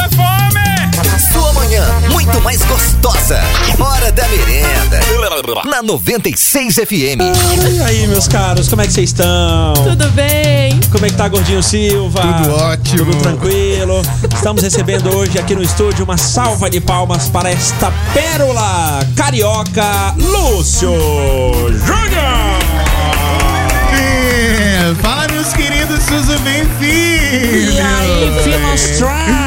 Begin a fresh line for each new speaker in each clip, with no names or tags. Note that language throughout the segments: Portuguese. a fome.
Sua manhã, muito mais gostosa. Hora da merenda. Na 96 FM.
E aí, meus caros, como é que vocês estão?
Tudo bem.
Como é que tá, Gordinho Silva?
Tudo ótimo.
Tudo tranquilo. Estamos recebendo hoje aqui no estúdio uma salva de palmas para esta pérola carioca, Lúcio Júnior.
Fala, meus queridos, tudo bem, filho?
E aí, Filmostrai?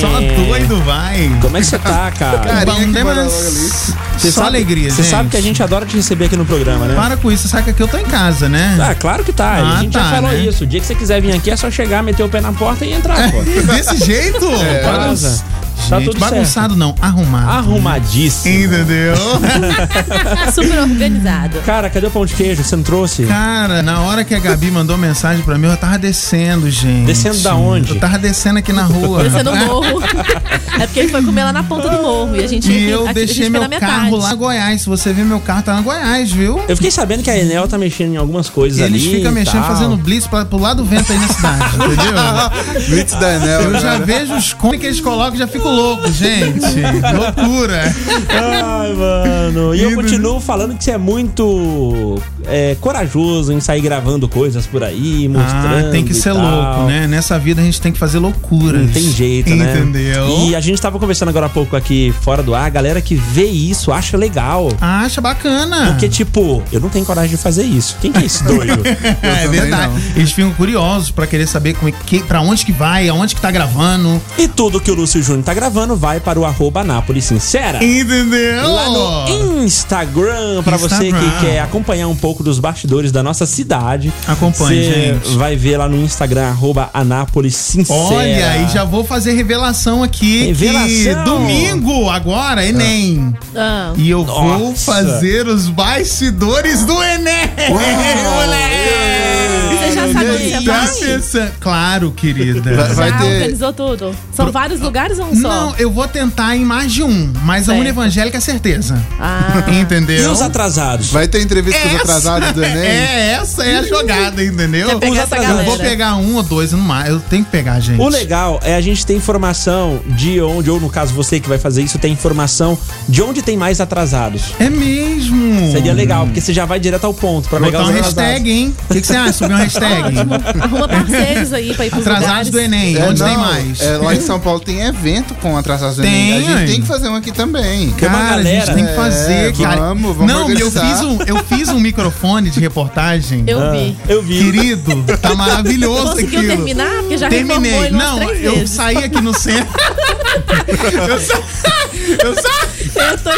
Só doido vai.
Como é que você tá, cara?
Problemas... Só
sabe,
alegria,
Você sabe que a gente adora te receber aqui no programa, né?
Para com isso, sabe que aqui eu tô em casa, né?
Ah, claro que tá.
Ah,
a gente
tá,
já falou
né? É.
isso. O dia que você quiser vir aqui é só chegar, meter o pé na porta e entrar, pô.
Desse jeito?
É, beleza. Tá
Gente,
tudo
bagunçado não, arrumado.
Arrumadíssimo.
Entendeu?
Tá Super organizado.
Cara, cadê o pão de queijo? Você não trouxe?
Cara, na hora que a Gabi mandou mensagem pra mim, eu tava descendo, gente.
Descendo da onde?
Eu tava descendo aqui na rua.
Você no morro. É porque ele foi comer lá na ponta do morro. E a gente
E eu
a- a
deixei
gente foi
meu
na metade.
carro lá em Goiás. Se você ver meu carro, tá na Goiás, viu?
Eu fiquei sabendo que a Enel tá mexendo em algumas coisas ali.
Eles ficam
e
mexendo,
tal.
fazendo blitz pra, pro lado do vento aí na cidade, entendeu?
Blitz da Enel,
Eu já
cara.
vejo os cones que eles colocam e já fico louco, gente. Loucura.
Ai, mano. E eu continuo falando que você é muito é, corajoso em sair gravando coisas por aí, mostrando.
Ah, tem
e
que ser
tal.
louco, né? Nessa vida a gente tem que fazer loucuras.
Não tem jeito, né?
Entendeu?
E a gente tava conversando agora há pouco aqui fora do ar, a galera que vê isso acha legal.
Acha bacana.
Porque, tipo, eu não tenho coragem de fazer isso. Quem que é esse doido?
é
também
verdade. Eles ficam curiosos pra querer saber como é que, pra onde que vai, aonde que tá gravando.
e tudo que o Lúcio Júnior tá gravando vai para o arroba Nápoles Sincera.
Entendeu?
Lá no Instagram, pra você
Instagram.
que quer acompanhar um pouco dos bastidores da nossa cidade.
Acompanhe,
Você
gente.
Vai ver lá no Instagram, arroba Anápolis Sincera.
Olha, e já vou fazer revelação aqui. Que
Revelação.
domingo agora, Enem.
Ah,
E eu vou
Nossa.
fazer os bastidores do Enem! moleque!
Você já sabe onde você
Tá
vai?
pensando- Claro, querida.
Vai- vai
já
ter-
organizou tudo. São vários lugares ou um
Não,
só?
eu vou tentar em mais de um, mas a
Certo.
Unievangélica evangélica é certeza.
Ah.
E
Entendeu?
os atrasados?
Vai ter entrevista com os
Essa-
atrasados do Enem?
É, essa é a jogada, entendeu?
Quer pegar
Os
essa
atrasados. Eu vou
galera.
pegar um ou dois no mar. Eu tenho que pegar, gente.
O legal é a gente ter informação de onde, ou no caso você que vai fazer isso, tem informação de onde tem mais atrasados.
É mesmo.
Seria legal, porque você já vai direto ao ponto pra pegar
Hum. Botar um
os atrasados.
hashtag, hein? O que, que você acha? Subir um hashtag.
Arruma parceiros aí pra ir pros
Atrasados
lugares.
do Enem.
É,
Onde tem
não,
mais?
é, lá em São Paulo tem evento com atrasados do
Tem, Tá
Enem. A
hein?
gente tem que fazer um aqui também.
Tem uma
a
galera.
gente tem que
É,
fazer, cara.
vamos, vamos
Não, eu
organizar.
fiz, um, eu fiz um microfone de reportagem.
Eu vi.
Eu vi.
Querido, tá maravilhoso
Conseguiu
Ah. aquilo.
terminar? Porque já reformou
Terminei.
ele umas
Não,
três
eu
vezes.
saí aqui no centro. eu saí. Eu saí.
Eu tô...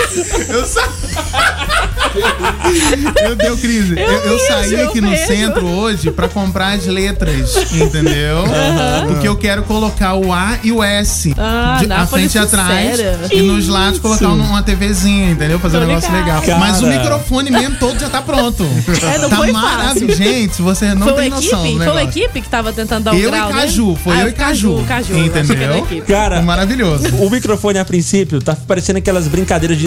Eu saí. Meu Deus, crise. Eu, eu
vejo,
saí
eu
aqui no
vejo.
centro hoje pra comprar as letras, entendeu? Porque eu quero colocar o A e o S.
Ah,
de, à
Nápoles
frente e atrás.
sincera.
E nos lados colocar um- uma TVzinha, entendeu? Fazer
Tô
um negócio
ligada.
legal. Mas o
Cara.
microfone mesmo todo já tá pronto.
É, não
tá
foi fácil.
maravilhoso. Gente, você não
Foi
tem
uma equipe?
noção. do
foi uma
negócio.
equipe que tava tentando dar um
Eu e
grau, né?
Caju, foi
Ah,
eu e Caju.
Caju, eu achei que era
Entendeu?
equipe.
Cara,
Maravilhoso.
O microfone, a princípio, tá parecendo aquelas brincadeiras de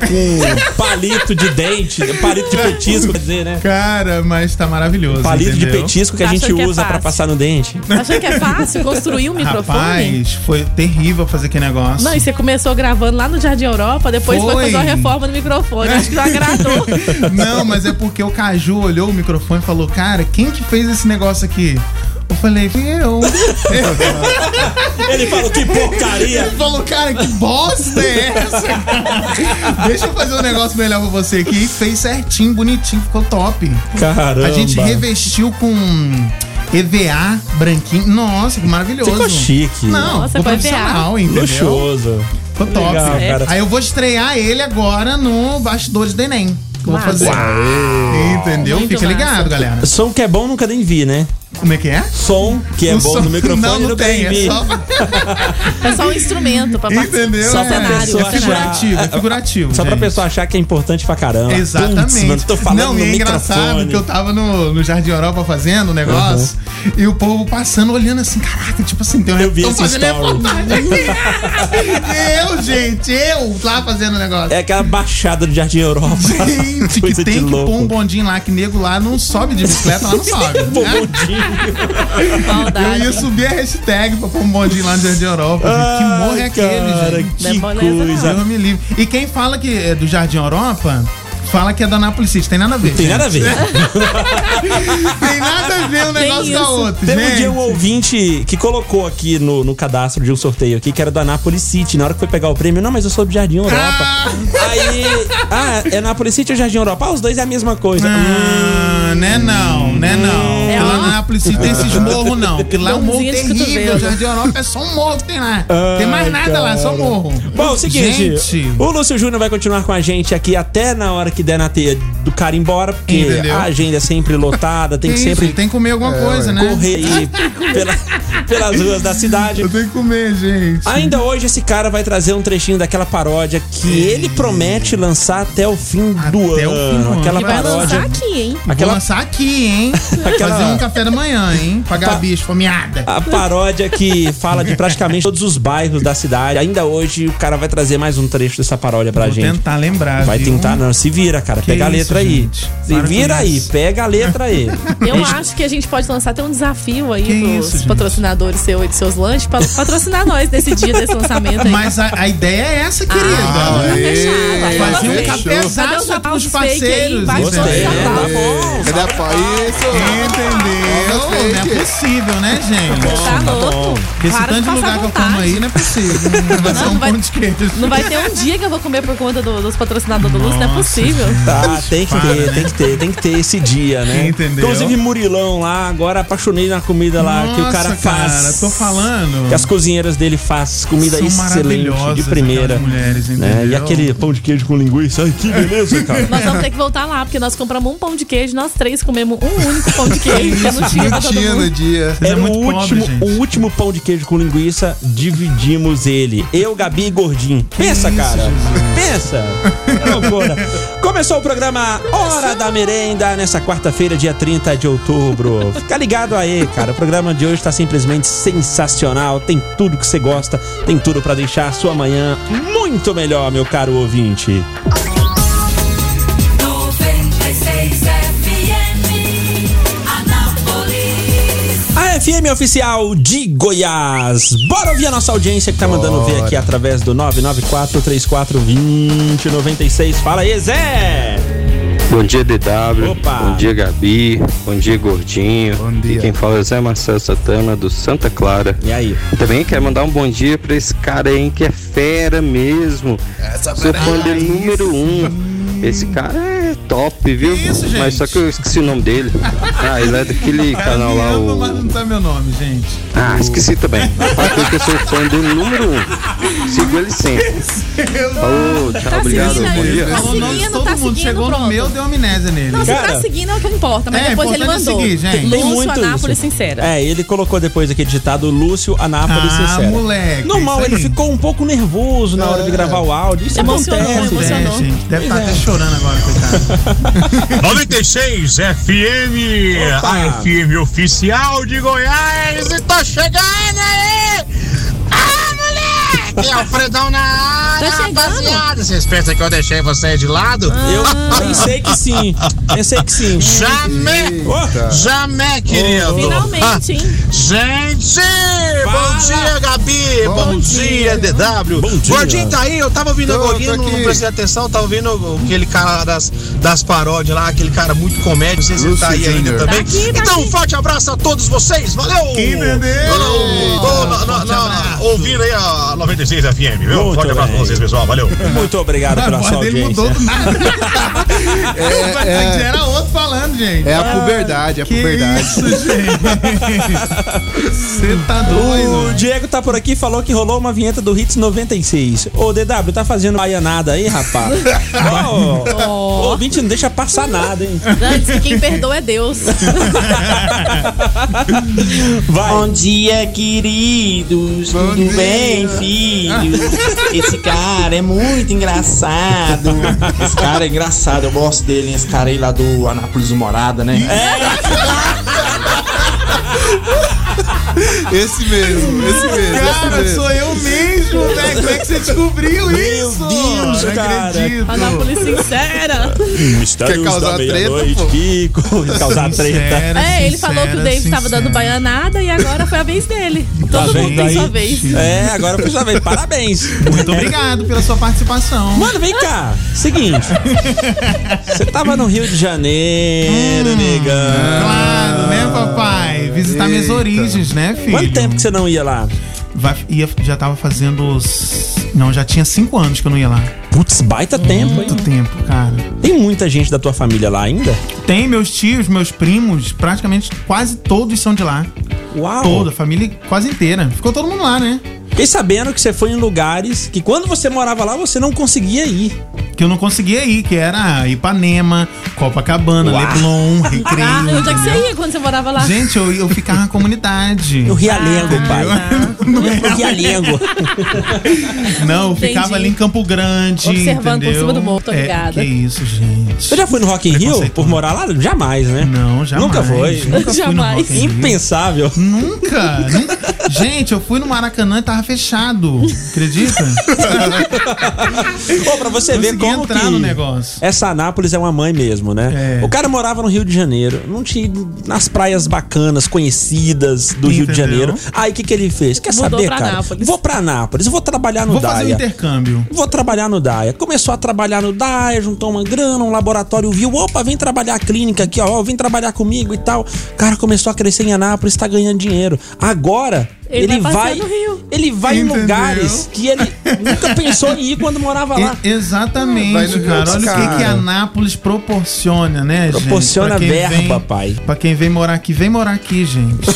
com palito de dente, palito de petisco, quer dizer, né?
Cara, mas tá maravilhoso.
Palito de
entendeu?
petisco que a
Tá
gente
achando que é
usa pra
fácil.
passar no dente.
Achou que é fácil construir um microfone?
Rapaz, foi terrível fazer aquele negócio.
Não, e você começou gravando lá no Jardim Europa, depois foi,
Foi.
fazer uma reforma no microfone. Acho que não agradou.
Não, mas é porque o Caju olhou o microfone e falou: Cara, quem que fez esse negócio aqui? Eu falei: Fui eu.
Ele falou que porcaria!
Ele falou: Cara, que bosta é essa? cara? Deixa eu fazer um negócio melhor pra você aqui. E fez certinho, bonitinho, ficou top.
Caramba.
A gente revestiu com EVA branquinho. Nossa, que maravilhoso.
Ficou chique.
Não,
Nossa,
ficou
com EVA.
profissional, entendeu?
Luxuoso.
Ficou top.
Legal,
É.
cara.
Aí eu vou estrear ele agora no Bastidores do Enem. Que eu vou
Massa.
fazer. Entendeu?
Muito
Fica ligado,
massa.
galera.
Som que é bom nunca nem vi, né?
Como é que é?
Som, que é
O
bom
som-
no microfone,
não, não
no
tem,
Bem-Bim.
é só...
É só um instrumento pra participar.
Entendeu?
Só
é,
pra pessoa
é figurativo, é
achar-
figurativo.
Só pra
gente.
pessoa achar que é importante pra caramba.
Exatamente.
Putz, mano, tô falando
não,
no
e é engraçado
microfone.
que eu tava no, no Jardim Europa fazendo o negócio e o povo passando, olhando assim, caraca, tipo assim, tem um
Eu vi
tão
esse
fazendo
story.
reportagem. eu, gente, eu lá fazendo o negócio.
É aquela baixada do Jardim Europa.
Gente, que
É. Coisa de
tem que
louco. um
pôr um bondinho lá, que nego lá não sobe de bicicleta, lá não sobe. né? Eu
Maldade.
ia subir a hashtag pra pôr um bondinho lá no Jardim Europa. gente. que morro é
Ai,
aquele,
cara,
gente?
Não é
Que
moleza, não.
coisa.
Deus me livre. E quem fala que é do Jardim Europa, fala que é da Anápolis City. Tem nada a ver.
Tem nada a ver.
Tem nada a ver um negócio
isso.
com a outra,
Teve um
gente.
dia um ouvinte que colocou aqui no, no cadastro de um sorteio aqui, que era do Anápolis City. Na hora que foi pegar o prêmio, não, mas eu sou do Jardim Europa.
Ah!
Aí, ah, é Anápolis City ou Jardim Europa? Ah, os dois é a mesma coisa.
Ah, né não, né não.
É,
Porque lá
ó.
na Anápolis não tem esses morros, não. Porque lá é um morro
Dorzinha de
terrível.
cotovelo.
O Jardim Europa é só um morro que tem lá. tem mais
Ai,
nada lá, só
cara.
morro.
Bom, é o seguinte,
Gente,
o Lúcio Júnior vai continuar com a gente aqui até na hora que der na teia do cara ir embora, porque
Entendeu?
a agenda é sempre lotada, tem que
isso,
sempre É,
tem que comer alguma coisa, né?
correr aí pela- pelas ruas da cidade.
Eu tenho que comer, gente.
Ainda hoje esse cara vai trazer um trechinho daquela paródia que ele promete lançar até o fim do
Até o fim do
ano.
ano.
Aquela
E vai lançar
paródia.
aqui, hein?
Aquela-
Vou lançar aqui, hein?
Aquela- Tá.
Fazer um café da manhã, hein? Pra Gabi, esfomeada.
A paródia que fala de praticamente todos os bairros da cidade. Ainda hoje o cara vai trazer mais um trecho dessa paródia pra
Vou
gente.
tentar lembrar.
Vai
viu?
tentar, não. Se vira, cara.
Que
pega a
isso,
letra
gente.
aí. Se
Para com
vira aí,
isso.
pega a letra aí.
Eu
Gente,
acho que a gente pode lançar até um desafio aí
Que
dos
isso, gente.
patrocinadores seu e de seus lanches pra patrocinar nós nesse dia desse lançamento aí.
Mas a, a ideia é essa, querida.
Ah, é. fechado.
Fazer um
Fechou.
cafezaço
Cadê os
pros
um fake
parceiros.
aí? Baixa
entendeu?
Gostei.
Tá bom.
Cadê a pa-
Entendeu? Não é possível, né, gente?
Tá louco?
Porque esse
Para
tanto
de
de
passar
lugar que eu
vontade.
como aí não é possível. Vai ser
Não,
um
vai-
pão de queijo.
Não vai ter um dia que eu vou comer por conta do- dos patrocinadores do Lúcio, não é
Nossa,
possível.
Tá, tem que ter, tem que ter, tem que ter esse dia, né?
Entendeu?
Inclusive, Murilão lá, agora apaixonei na comida lá que o cara
Nossa,
faz.
cara, tô falando.
Que as cozinheiras dele faz comida
São
excelente, de
maravilhosas
primeira.
aquelas mulheres,
né? E
entendeu?
aquele pão de queijo com linguiça, ai, que beleza, cara.
Nós vamos ter que voltar lá, porque nós compramos um pão de queijo, nós três comemos um único pão de
É
queijo, que não tinha pra
Não
todo
tinha no
mundo.
dia.
Vocês é
Era o,
muito pobre,
último, um
gente.
o último pão de queijo com linguiça, dividimos ele. Eu, Gabi e Gordinho. Pensa,
isso,
cara. Pensa. Que loucura. Começou o programa Hora da Merenda nessa quarta-feira, dia 30 de outubro. Fica ligado aí, cara. O programa de hoje tá simplesmente sensacional. Tem tudo que você gosta, tem tudo pra deixar a sua manhã muito melhor, meu caro ouvinte.
96 FM Anápolis.
A FM Oficial de Goiás. Bora ouvir a nossa audiência que tá mandando ver aqui através do 994-34-2096. Fala aí, Zé!
Bom dia, DW.
Opa.
Bom dia, Gabi. Bom dia, Gordinho.
Bom dia.
E quem fala é Zé Marcelo Santana, do Santa Clara.
E aí?
E também quero mandar um bom dia pra esse cara aí que é fera mesmo. Sou
é
fã dele número um. Esse cara é top, viu?
Hum. Que isso, gente?
Mas só que eu esqueci o nome dele. Ah, ele é daquele
O cara
canal
me
lá,
ama, mas não
o.
tá meu nome, gente.
Ah, esqueci também. Fala pra ele que eu sou fã dele número um. Sigo ele sempre. Falou, tchau,
Tá
obrigado.
seguindo
Bom
aí,
dia.
tá
Falou o nome de
seguindo,
todo
tá
mundo.
seguindo,
Chegou
pronto.
no meu, deu amnésia nele.
Não, se
Cara,
tá seguindo é o que importa, mas
é,
depois ele
importante é
mandou.
seguir, gente.
Tem
Lúcio
muito
Anápolis
isso.
Sincera.
É, ele colocou depois aqui digitado Lúcio Anápolis
Ah,
Sincera.
moleque,
Normal,
isso é
ele
aí.
ficou um pouco nervoso na hora de gravar o áudio. Isso
Emocionou,
acontece.
emocionou.
É,
né?
gente, deve estar até chorando agora, coitado.
96 FM,
É,
Opa.
a FM oficial de Goiás, e tô chegando aí! Ah, moleque! Alfredão na área,
Tá chegando? Ah.
rapaziada! Vocês pensam que eu deixei vocês de lado?
Eu pensei que sim. Pensei que sim.
Jamais!
Ô,
Jamais,
É,
querido! Ah,
Finalmente, hein?
Gente!
Fala.
Bom dia, Gabi! Bom, dia, DW!
Bom dia.
Gordinho tá aí, eu tava ouvindo
Tô,
o Gordinho,
tô
não
aqui.
prestei atenção, tava ouvindo o- aquele cara das, das paródias lá, aquele cara muito comédia, não sei se ele tá aí
Lúcio Júnior.
ainda também.
Tá aqui, tá
então, um
aqui.
forte abraço a todos vocês, valeu!
Entendeu?
Tô, na- na-
Forte
na-
abraço.
ouvindo aí a 96 FM, viu?
Muito
Forte abraço pra
bem.
vocês, pessoal. Valeu.
Muito obrigado
A
pela
voz
sua
dele mudou
audiência.
do nada.
É, é-
Era outro falando, gente.
é a puberdade, é a
tá Que
puberdade.
isso, gente? Você tá doido.
O Diego tá por aqui e falou que rolou uma vinheta do Hits 96. Ô, DW, tá fazendo baianada aí, rapaz? Ô, O
Ó,
ouvinte não deixa passar nada, hein?
antes que quem perdoa é Deus.
Vai.
Bom dia, queridos.
Bom
Tudo
dia.
bem, filhos? Esse cara é muito engraçado. Esse cara é engraçado. Eu gosto dele, hein? esse cara aí lá do Anápolis do Morada, né?
Uh, Esse mesmo, esse mesmo.
É,
esse
Cara,
mesmo.
sou eu mesmo, velho. Como é que você descobriu isso?
Deus,
Não
cara.
acredito.
Anápolis sincera.
Mistérios
Quer causar
da
treta,
meia-noite,
pô?
Kiko. Causar treta.
Sincera,
É, ele falou que o
sincera,
David tava
sincera.
dando baianada e agora foi a vez dele.
Tá
Todo mundo
vendo
tem
aí?
sua vez.
É, agora puxa vez. Parabéns.
Muito obrigado pela sua participação.
Mano, vem cá. Seguinte. Você tava no Rio de Janeiro, negão.
Hum. Claro, né, papai? Visitar minhas
Eita.
origens, né, filho?
Quanto tempo que você não ia lá?
Vai- ia, já tava fazendo os... Não, já tinha cinco anos que eu não ia lá.
Putz, baita
Hum.
tempo, hein?
Muito tempo, cara.
Tem muita gente da tua família lá ainda?
Tem meus tios, meus primos, praticamente quase todos são de lá.
Uau.
Toda, a família quase inteira. Ficou todo mundo lá, né?
Fiquei sabendo que você foi em lugares que quando você morava lá, você não conseguia ir.
Que eu não conseguia ir, que era Ipanema, Copacabana, Leblon, Recreio.
Ah, onde é que
entendeu?
você ia quando você morava lá?
Gente, eu, eu ficava na comunidade. é,
No Realengo, pai. No Realengo.
Não, eu
Entendi.
ficava ali em Campo Grande.
Observando por
entendeu?
cima do morro, tô
É,
ligada.
que isso, gente.
Você já foi no Rock in Rio
Preconceito.
por morar lá? Jamais, né?
Não, jamais.
Nunca foi.
Nunca fui no
Jamais.
Rock in Rio.
Impensável.
Nunca. nunca. Gente, eu fui no Maracanã e tava fechado. Acredita?
Pô, pra você ver
Consegui
como
entrar
que
no negócio.
Essa Anápolis é uma mãe mesmo, né?
É.
O cara morava no Rio de Janeiro, não tinha ido nas praias bacanas, conhecidas do Rio de
Entendeu?
Janeiro. Aí o que, que ele fez? Quer
Mudou
saber,
pra
cara?
Anápolis.
Vou pra Anápolis, vou trabalhar no
Vou
Daia.
fazer um intercâmbio.
Vou trabalhar no DAIA. Começou a trabalhar no DAIA, juntou uma grana, um laboratório viu. Opa, vem trabalhar a clínica aqui, ó. Vem trabalhar comigo e tal. O cara começou a crescer em Anápolis, tá ganhando dinheiro. Agora,
Ele
ele,
vai
vai.
passear no Rio.
Ele vai em
Entendeu?
lugares que ele nunca pensou em ir quando morava lá.
E-
Vai
exatamente,
no
cara. Olha o
cara.
que, que Anápolis proporciona, né, gente?
Proporciona
Pra quem
verba,
vem-
pai.
Pra quem vem morar aqui, vem morar aqui, gente.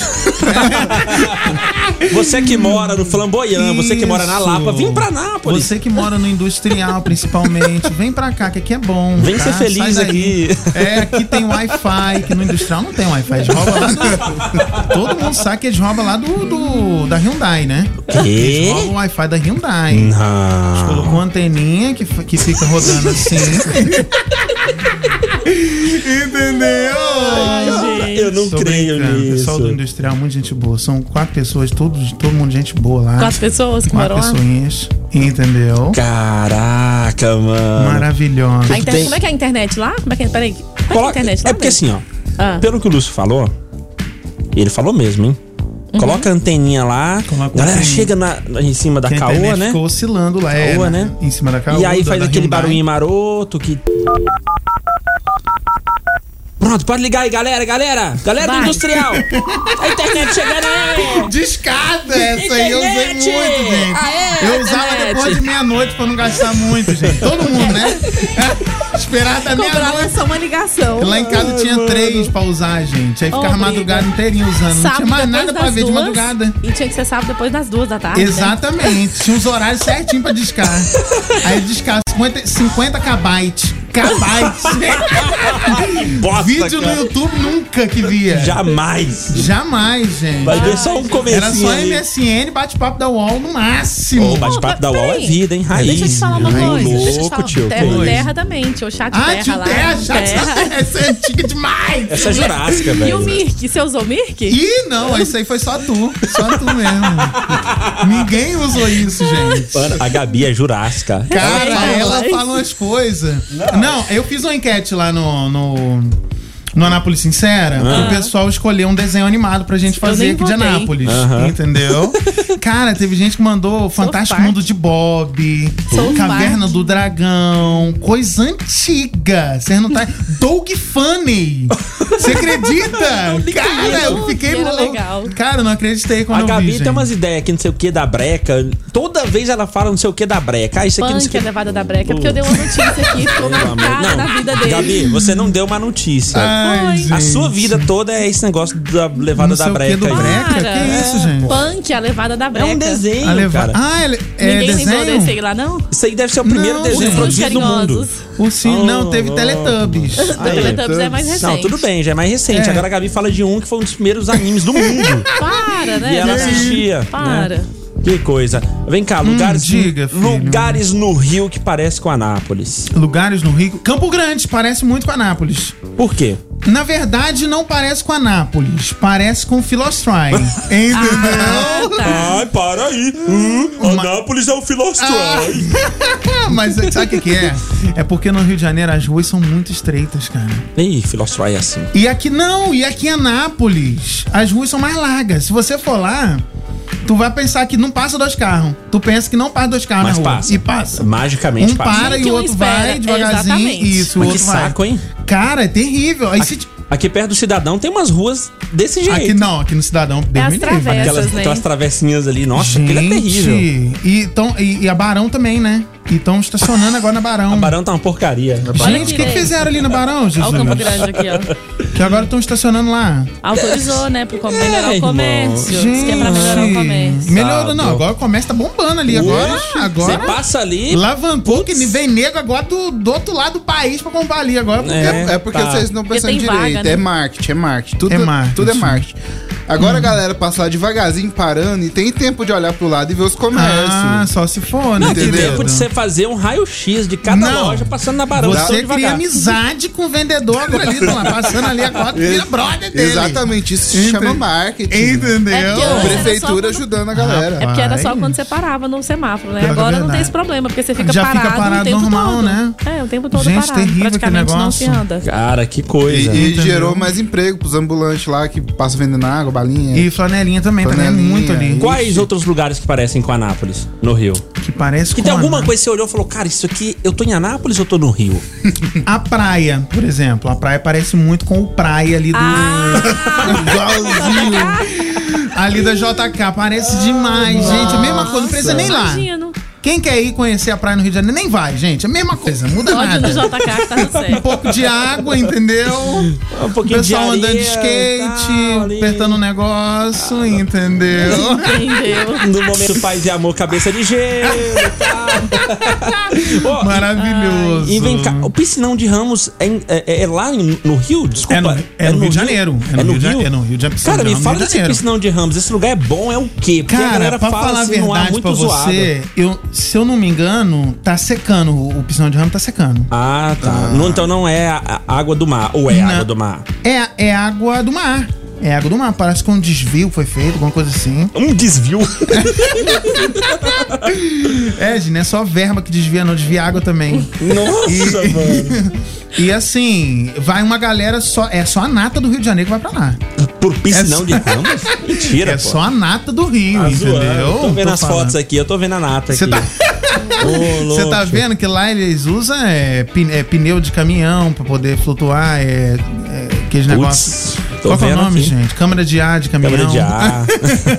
Você que mora no Flamboyant, você que mora na
Isso.
Lapa, vem pra Nápoles.
Você que mora no industrial, principalmente, vem pra cá, que aqui é bom.
Vem
tá?
ser
Sai
feliz
daí.
aqui.
É, aqui tem Wi-Fi, que no industrial não tem Wi-Fi. Eles roubam lá do... Todo mundo sabe que eles roubam lá do, do- da Hyundai, né? Eles roubam o Wi-Fi da Hyundai.
Ah.
Colocou uma anteninha que, f- que fica rodando assim. Entendeu?
Eu não
Sou
creio
brincando, O
nisso.
pessoal do industrial, muito gente boa. São quatro pessoas, todo, todo mundo gente boa lá.
Quatro pessoas que moram
Quatro
lá?
pessoinhas. Entendeu?
Caraca, mano.
Maravilhosa.
A internet,
Tem-
como é que é a internet lá? Como é que é? Peraí. Como é que é a
Coloca-
internet lá?
é porque
mesmo?
assim, ó.
Ah.
Pelo que o Lúcio falou, ele falou mesmo, hein?
Uhum.
Coloca a anteninha lá,
Coloca a
galera
anteninha.
chega na- na- em cima da
Que a
caoa,
internet
né?
Ficou oscilando lá, é,
Caoa, né?
Em cima da caoa.
e aí faz
da
aquele
Hyundai.
barulhinho maroto que. Pronto, pode ligar aí, galera, galera! Galera do
Vai.
industrial! A internet chegando aí!
Discada essa aí, eu usei muito,
Internet!
gente.
Aê,
eu usava
Ah, é? internet.
depois de meia-noite pra não gastar muito, gente. Todo mundo, né? Esperar da
Cobrava
meia-noite.
só uma ligação.
Lá em casa tinha três pra usar, gente. Aí ficava a
Ô,
madrugada
briga.
inteirinha usando. não tinha
Sábado
mais
depois
nada pra
das
ver de
duas,
madrugada.
E tinha que ser sábado depois das duas da tarde. né?
Exatamente. Tinha uns horários certinhos pra discar. Aí discar 50, 50 kbytes. Kbytes.
Bosta,
Vídeo
cara.
no YouTube nunca que via.
Jamais!
Jamais, gente.
Vai ver só um comecinho.
Era só
ali.
MSN, bate-papo da UOL no máximo.
Ô, bate-papo da
Peraí.
UOL é vida, hein? Raiz.
Ah, Deixa eu te falar uma
Ai,
coisa.
Louco,
deixa eu te falar.
tio. que
terra,
isso.
terra da mente, o chat
Ah,
terra
tio
lá.
Terra, já
Terra.
essa é antiga demais.
Essa é jurássica,
E o
velho.
Mirk? Você usou o Mirk?
Ih, não, isso aí foi só tu. Só tu mesmo. Ninguém usou isso, gente.
Mano, A Gabi é jurássica.
Cara,
Ai,
ela
ai.
fala umas coisas. Não. eu fiz uma enquete lá no. no... no Anápolis Sincera,
Ah.
o pessoal escolheu um desenho animado pra gente
Eu
fazer
nem
aqui de
votei.
Anápolis.
Aham.
Entendeu? Cara, teve gente que mandou Fantástico Mundo de Bob,
South
Caverna
Park.
do Dragão, coisa antiga. Vocês não tá. Doug Funny! Você
Eu
acredita?
nem
Cara,
conheço.
eu fiquei
Era
louco.
legal.
Cara, eu não acreditei quando
A
eu vi,
Gabi
gente.
tem umas ideias que não sei o que da breca. Toda vez ela fala não sei o que da breca. Ah, isso aqui não sei o
Punk
que.
é levada da breca, porque eu dei uma notícia aqui, ficou
Pelo amor-
marcada
Não,
na vida dele.
Gabi, você não deu uma notícia.
Ai,
a
gente.
sua vida toda é esse negócio da levada
Ah, Não
da
sei o que
breca.
do
aí.
breca? Que
É,
isso, gente?
pô.
Punk é a levada da breca.
É um desenho, cara.
Ah, É
Ninguém lembrou desse aí lá, não?
Isso aí deve ser o primeiro
Não,
desenho
ursinhos
produzido no mundo.
carinhosos.
Ursinho, não, teve Teletubbies.
Aí.
Teletubbies é mais recente.
Não, tudo bem, já é mais recente.
É.
Agora a Gabi fala de um que foi um dos primeiros animes do mundo.
Para, né?
E ela
gente?
assistia.
Para.
né? Que coisa. Vem cá,
Hum,
lugares, lugares no Rio que parece com Anápolis.
Lugares no Rio. Campo Grande parece muito com Anápolis.
Por quê?
Na verdade, não parece com Anápolis. Parece com Philostrai.
Ah, tá.
Entendeu?
Ai, para aí. Anápolis é o Philostrai.
Ah. Mas sabe o que, que é? É porque no Rio de Janeiro as ruas são muito estreitas, cara.
Ih, Philostrai é assim.
E aqui não, e aqui em Anápolis, as ruas são mais largas. Se você for lá, tu vai pensar que não passa dois carros. Tu pensa que não passa dois carros
Mas
Ah, na rua.
passa.
E passa.
Magicamente
um
passa.
para
O que
e
um
o outro
espera,
vai devagarzinho.
exatamente.
Isso, o
Mas que
outro vai.
saco, hein?
Cara, é terrível. Aí se-
Aqui perto do Cidadão tem umas ruas desse jeito.
Aqui não, aqui no
É
Cidadão. Deus me livre. né?
aquelas, aquelas travessinhas ali. Nossa, aquilo é terrível.
Gente, E, tão, e, e a Barão também, né? E estão estacionando agora na Barão. A
Barão tá uma porcaria.
Gente, o que, que fizeram ali na Barão, Jesus?
Olha o Campo Grande aqui, ó.
Que agora estão estacionando lá.
Autorizou, né? Pro com- melhorar o
irmão.
comércio. Diz que é pra melhorar o comércio.
Melhorou, não. Agora o comércio tá bombando ali. Agora,
Oxe,
agora.
você passa ali,
Lavantou que vem nego agora do, do outro lado do país pra comprar ali. Agora,
É, é porque vocês não pensam direito.
né?
É marketing, é marketing. Hum. Tudo
É marketing.
Tudo é marketing. Agora a galera passa lá devagarzinho, parando, e tem tempo de olhar pro lado e ver os comércios.
Ah, só se for,
É Não, tem tempo de você fazer um raio-x de cada loja passando na barão.
Você
tão
cria
devagar.
amizade com o vendedor agora ali, lá, passando ali agora, tu vira é brother dele.
Exatamente, isso se
Ente-
chama marketing.
Entendeu?
É porque antes era só quando-
Prefeitura ajudando a galera.
É porque era só quando você parava no semáforo, né?
Pior que é
Agora não tem
verdade.
esse problema, porque você fica
Já
parado,
fica
o
parado
tempo
normal,
todo.
né?
É, o tempo todo
Gente,
parado.
terrível aquele
Praticamente não se
negócio.
anda.
Cara, que coisa.
E,
Entendeu?
gerou mais emprego pros ambulantes lá que passam vendendo água, balinha.
E flanelinha também, é
Flanelinha,
Quais outros lugares que parecem com Anápolis, no Rio?
Que parece
Que tem alguma coisa que você olhou e falou, cara, isso aqui, eu tô em Anápolis ou eu tô no Rio?
A praia, por exemplo. A praia parece muito com o praia ali do.
Ah.
Igualzinho. ali da JK. Parece
Ah.
demais, gente. A mesma coisa, não precisa nem lá.
Imagino.
Quem quer ir conhecer a praia no Rio de Janeiro, nem vai, gente. É a mesma coisa, muda
Pode
nada.
no JK que tá no
Um pouco de água, entendeu?
Um
O
pouquinho de
pessoal
areia,
andando de skate, apertando um negócio, entendeu?
No momento paz e amor, cabeça de gelo e tal.
Maravilhoso.
E vem cá, o piscinão de Ramos é, em- é- é lá em- no Rio? Desculpa. É no,
é no Rio de Janeiro. É no Rio de Ja- é no Rio de Ja- piscinão
Cara,
de
me
Ramos,
fala
Rio de
desse
Janeiro.
piscinão de Ramos. Esse lugar é bom, é o quê? Porque a
Cara,
galera
pra
fala
falar a
assim, não é
verdade pra
muito zoado.
você, eu, se eu não me engano, tá secando. O, o piscinão de ramo tá secando.
Ah, tá. Não, então não é a, a água do mar. Ou é a água do mar?
É, é água do mar. É água do mar. Parece que um desvio foi feito, alguma coisa assim.
Um desvio?
é, gente, não é só verba que desvia, não desvia água também.
Nossa, mano.
E assim, vai uma galera só. É só a nata do Rio de Janeiro que vai pra lá.
Por piscinão
É
de
só-
Ramos? Mentira,
É
pô.
só a nata do Rio,
Tá
entendeu?
zoando. Eu tô vendo
Tô
as
falando.
fotos aqui, eu tô vendo a nata aqui.
Você tá-
Ô,
Você tá
louco.
vendo que lá eles usam é, pin- é, pneu de caminhão pra poder flutuar, é, é, aqueles
Putz,
negócios.
tô
Qual que é o
vendo
nome,
aqui.
gente? Câmara de ar de caminhão.
Câmara de ar.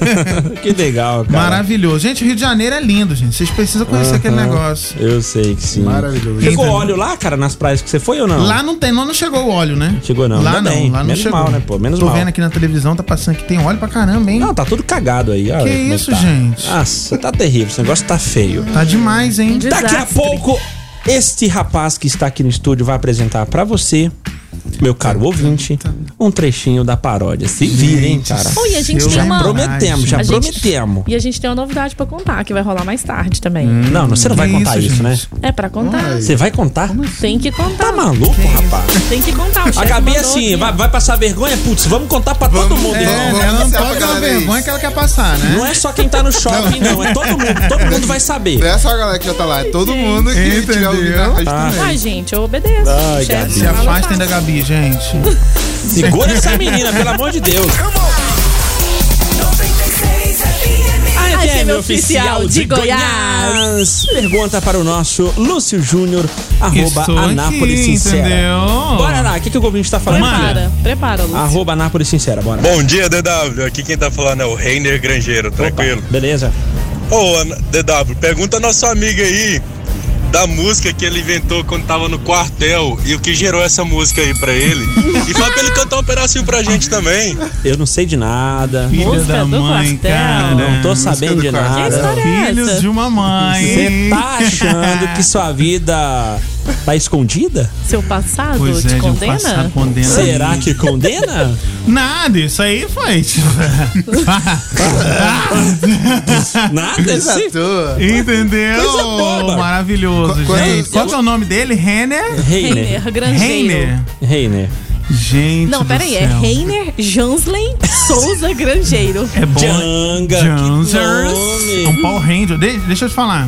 que legal, cara.
Maravilhoso. Gente, o Rio de Janeiro é lindo, gente. Vocês precisam conhecer aquele
Aham.
negócio.
Eu sei que sim.
Maravilhoso.
Chegou
Entendeu?
óleo lá, cara, nas praias que você foi ou não?
Lá não tem, lá não chegou o óleo, né?
Chegou não.
Lá
Ainda
não,
bem.
lá não
Menos
chegou.
mal, né, pô? Menos
Tô
mal.
vendo aqui na televisão, tá passando que tem óleo pra caramba, hein?
Não, tá tudo cagado aí. olha
Que
como é
isso,
tá.
gente?
Nossa, tá terrível. Esse negócio tá feio.
Tá demais, hein?
Daqui a pouco, este rapaz que está aqui no estúdio vai apresentar pra você, meu caro ouvinte, um trechinho da paródia. Se vira, hein, cara?
Oi, a
é
gente tem
já
uma... É,
prometemos, já
A gente-
prometemos.
E a gente tem uma novidade pra contar, que vai rolar mais tarde também.
Não, você não vai
Que
contar
isso,
isso, né?
É pra contar.
Você vai contar?
Tem assim? que contar.
Tá maluco, rapaz?
Tem que contar. O
A
chefe
Gabi é
mandou
assim,
aqui.
vai, vai passar vergonha? Putz, vamos contar pra todo mundo.
É,
então.
ela não pode aquela vergonha que ela quer passar, né?
Não é só quem tá no shopping, não. É todo mundo. Todo mundo vai saber.
Não é só a galera que já tá lá, é todo mundo que tiver ouvido na rádio
Ah.
também.
Ai, gente, eu obedeço.
Ai,
Chefe,
Gabi.
fala, é fala.
Gabi, gente.
Segura essa menina, pelo amor de Deus. A FM oficial de Goiás. Pergunta para o nosso Lúcio Júnior, arroba
Estou aqui,
Anápolis Sincera.
entendeu?
Bora lá, o que, que o ouvinte tá falando?
Prepara, prepara, Lúcio.
Arroba Anápolis Sincera, bora.
Bom dia, DW. Aqui quem tá falando é o Reiner Grangeiro, tranquilo?
beleza.
Ô, Ana- DW, pergunta a nossa amiga aí da música que ele inventou quando tava no quartel e o que gerou essa música aí pra ele. E fala pra ele cantar um pedacinho pra gente também.
Eu não sei de nada.
Filha Música da do mãe, quartel. cara.
Não tô
Música
sabendo
do
de
quartel.
nada.
Que história é Filhos essa? de uma mãe.
Você tá achando que sua vida tá escondida?
Seu passado
um- Pois
te
é, meu
condena?
passado condena.
Será que condena?
Nada, isso aí foi.
Nada,
Coisa
esse-
tua.
Entendeu? Maravilhoso,
Qu- quando-
gente. Qual que é o nome dele? Renner?
Reiner.
Reiner, granjeiro.
Reiner.
Reiner.
Gente.
Não,
do
peraí, é
céu.
Reiner Janslen Souza Grangeiro.
É bom.
Janga.
Janzers. É um Paul Ranger. De- deixa eu te falar.